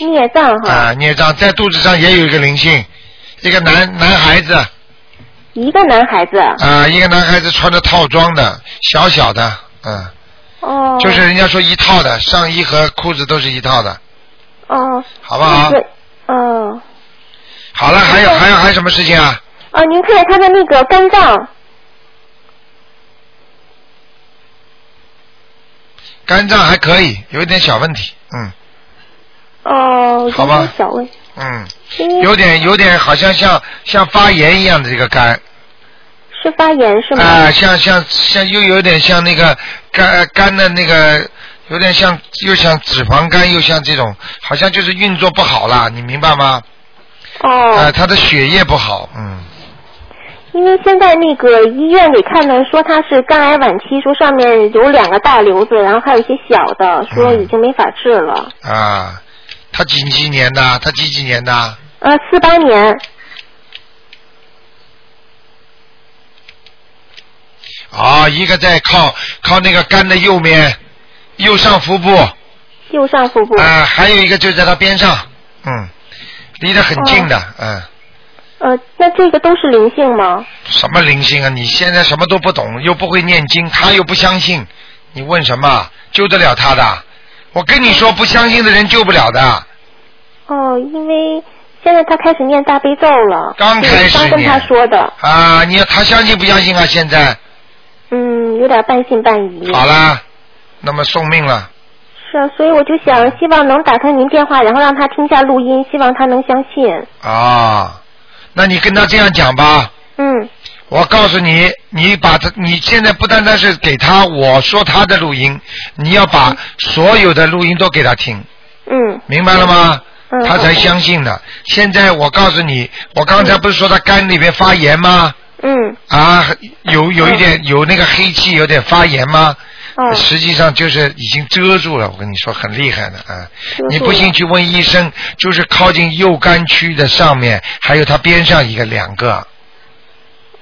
C: 孽障哈，
A: 啊，孽障在肚子上也有一个灵性，一个男男孩子
C: 一个男孩子。
A: 啊，一个男孩子穿着套装的，小小的，嗯，
C: 哦。
A: 就是人家说一套的，上衣和裤子都是一套的，
C: 哦。
A: 好不好
C: 那？个哦。
A: 好
C: 嗯
A: 了，还有还有还有什么事情啊？
C: 哦，您看她的那个肝脏，
A: 肝脏还可以，有一点小问题，嗯
C: 哦，
A: 好吧
C: 有点小问，
A: 嗯。
C: 因为
A: 有点有点好像像像发炎一样的这个肝
C: 是发炎是
A: 啊、
C: 吗？
A: 像像像又有点像那个肝呃肝的那个，有点像又像脂肪肝，又像这种，好像就是运作不好啦，你明白吗？
C: 哦。
A: 呃，他的血液不好，嗯，
C: 因为现在那个医院里看的说他是肝癌晚期，说上面有两个大瘤子，然后还有一些小的，说已经没法治了。
A: 啊，他几几年的？他几几年的？
C: 呃，四八年，
A: 啊，一个在靠靠那个肝的右面右上腹部，啊、
C: 右上腹部。
A: 还有一个就在他边上，嗯，离得很近
C: 哦
A: 的，嗯。
C: 呃，那这个都是灵性吗？
A: 什么灵性啊？你现在什么都不懂，又不会念经，他又不相信，你问什么？救得了他的？我跟你
C: 嗯
A: 说，不相信的人救不了的。
C: 哦，因为现在他开始念大悲咒了。
A: 刚开始
C: 对刚跟他
A: 念
C: 说的，
A: 啊，你要他相信不相信啊？现在
C: 嗯，有点半信半疑。
A: 好。啦，那么送命了。
C: 是啊，所以我就想，希望能打通您电话，然后让他听一下录音，希望他能相信。
A: 啊，那你跟他这样讲吧，
C: 嗯，
A: 我告诉你，你把他，你现在不单单是给他我说他的录音，你要把所有的录音都给他听，
C: 嗯，
A: 明白了吗？
C: 嗯，
A: 他才
C: 好
A: 相信的。现在我告诉你，我刚才不是说他肝里面发炎吗？
C: 嗯
A: 啊，有有一点有那个黑气，有点发炎吗？
C: 嗯
A: 实际上就是已经遮住了，我跟你说很厉害的啊
C: 住！了
A: 你不信去问医生，就是靠近右肝区的上面，还有它边上一个两个，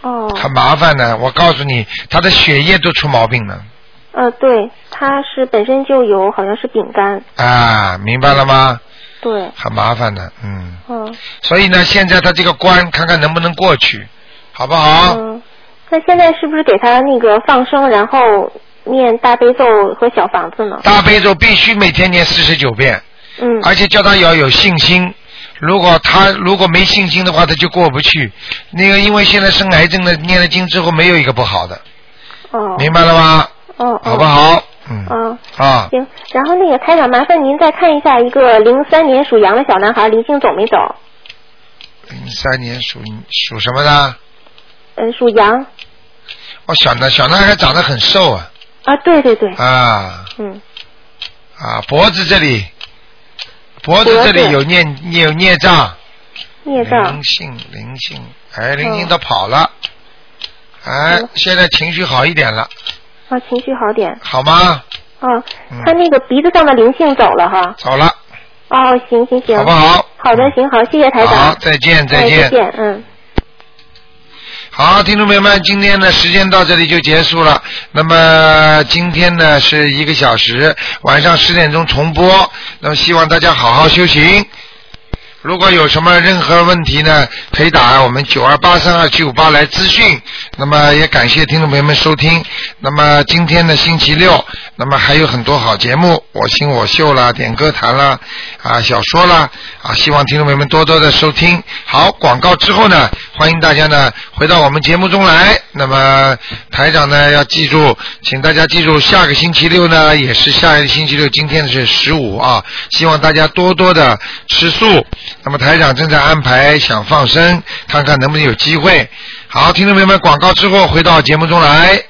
C: 哦，
A: 很麻烦的。我告诉你，他的血液都出毛病了
C: 呃，对，他是本身就有好像是丙肝，
A: 啊，明白了吗？
C: 对，
A: 很麻烦的，嗯。
C: 嗯。
A: 所以呢，现在他这个关，看看能不能过去，好不好？
C: 嗯，那现在是不是给他那个放生，然后念大悲咒和小房子呢？
A: 大哎悲咒必须每天念四十九遍，
C: 嗯，
A: 而且叫他要有信心。如果他如果没信心的话，他就过不去。那个，因为现在生癌症的，念了经之后没有一个不好的，
C: 哦，
A: 明白了吗？
C: 哦，
A: 好不好？
C: 嗯？嗯，
A: 啊，
C: 行。然后那个台长，麻烦您再看一下一个零三年属羊的小男孩灵性走没走？
A: 零三年属属什么的？
C: 嗯，属羊
A: 哦，小男小男孩长得很瘦啊
C: 啊，对对对，
A: 啊
C: 嗯，
A: 啊，脖子这里，脖子
C: 脖
A: 这
C: 子
A: 里有念有孽障，
C: 孽障
A: 灵性灵性，哎，灵性都跑了，哎，
C: 嗯
A: 现在情绪好一点了，
C: 啊，情绪好点
A: 好吗？
C: 啊
A: 嗯，
C: 他那个鼻子上的灵性走了哈。
A: 走了，
C: 哦，行行行，
A: 好不好？嗯
C: 好的，行好，谢谢台
A: 好
C: 长，，
A: 再见
C: 哎
A: 见
C: 再。见，嗯。
A: 好，听众朋友们，今天的时间到这里就结束了。那么今天呢是一个小时，晚上十点钟重播。那么希望大家好好修行。如果有什么任何问题呢，可以打我们九二八三二七五八来咨询。那么也感谢听众朋友们收听。那么今天呢星期六，那么还有很多好节目，我行我秀啦，点歌坛啦，啊小说啦，啊希望听众朋友们多多的收听。好，广告之后呢，欢迎大家呢回到我们节目中来。那么台长呢要记住，请大家记住，下个星期六呢也是下一个星期六，今天是十五啊，希望大家多多的吃素。那么台长正在安排想放生，看看能不能有机会。好，听众朋友们，广告之后回到节目中来。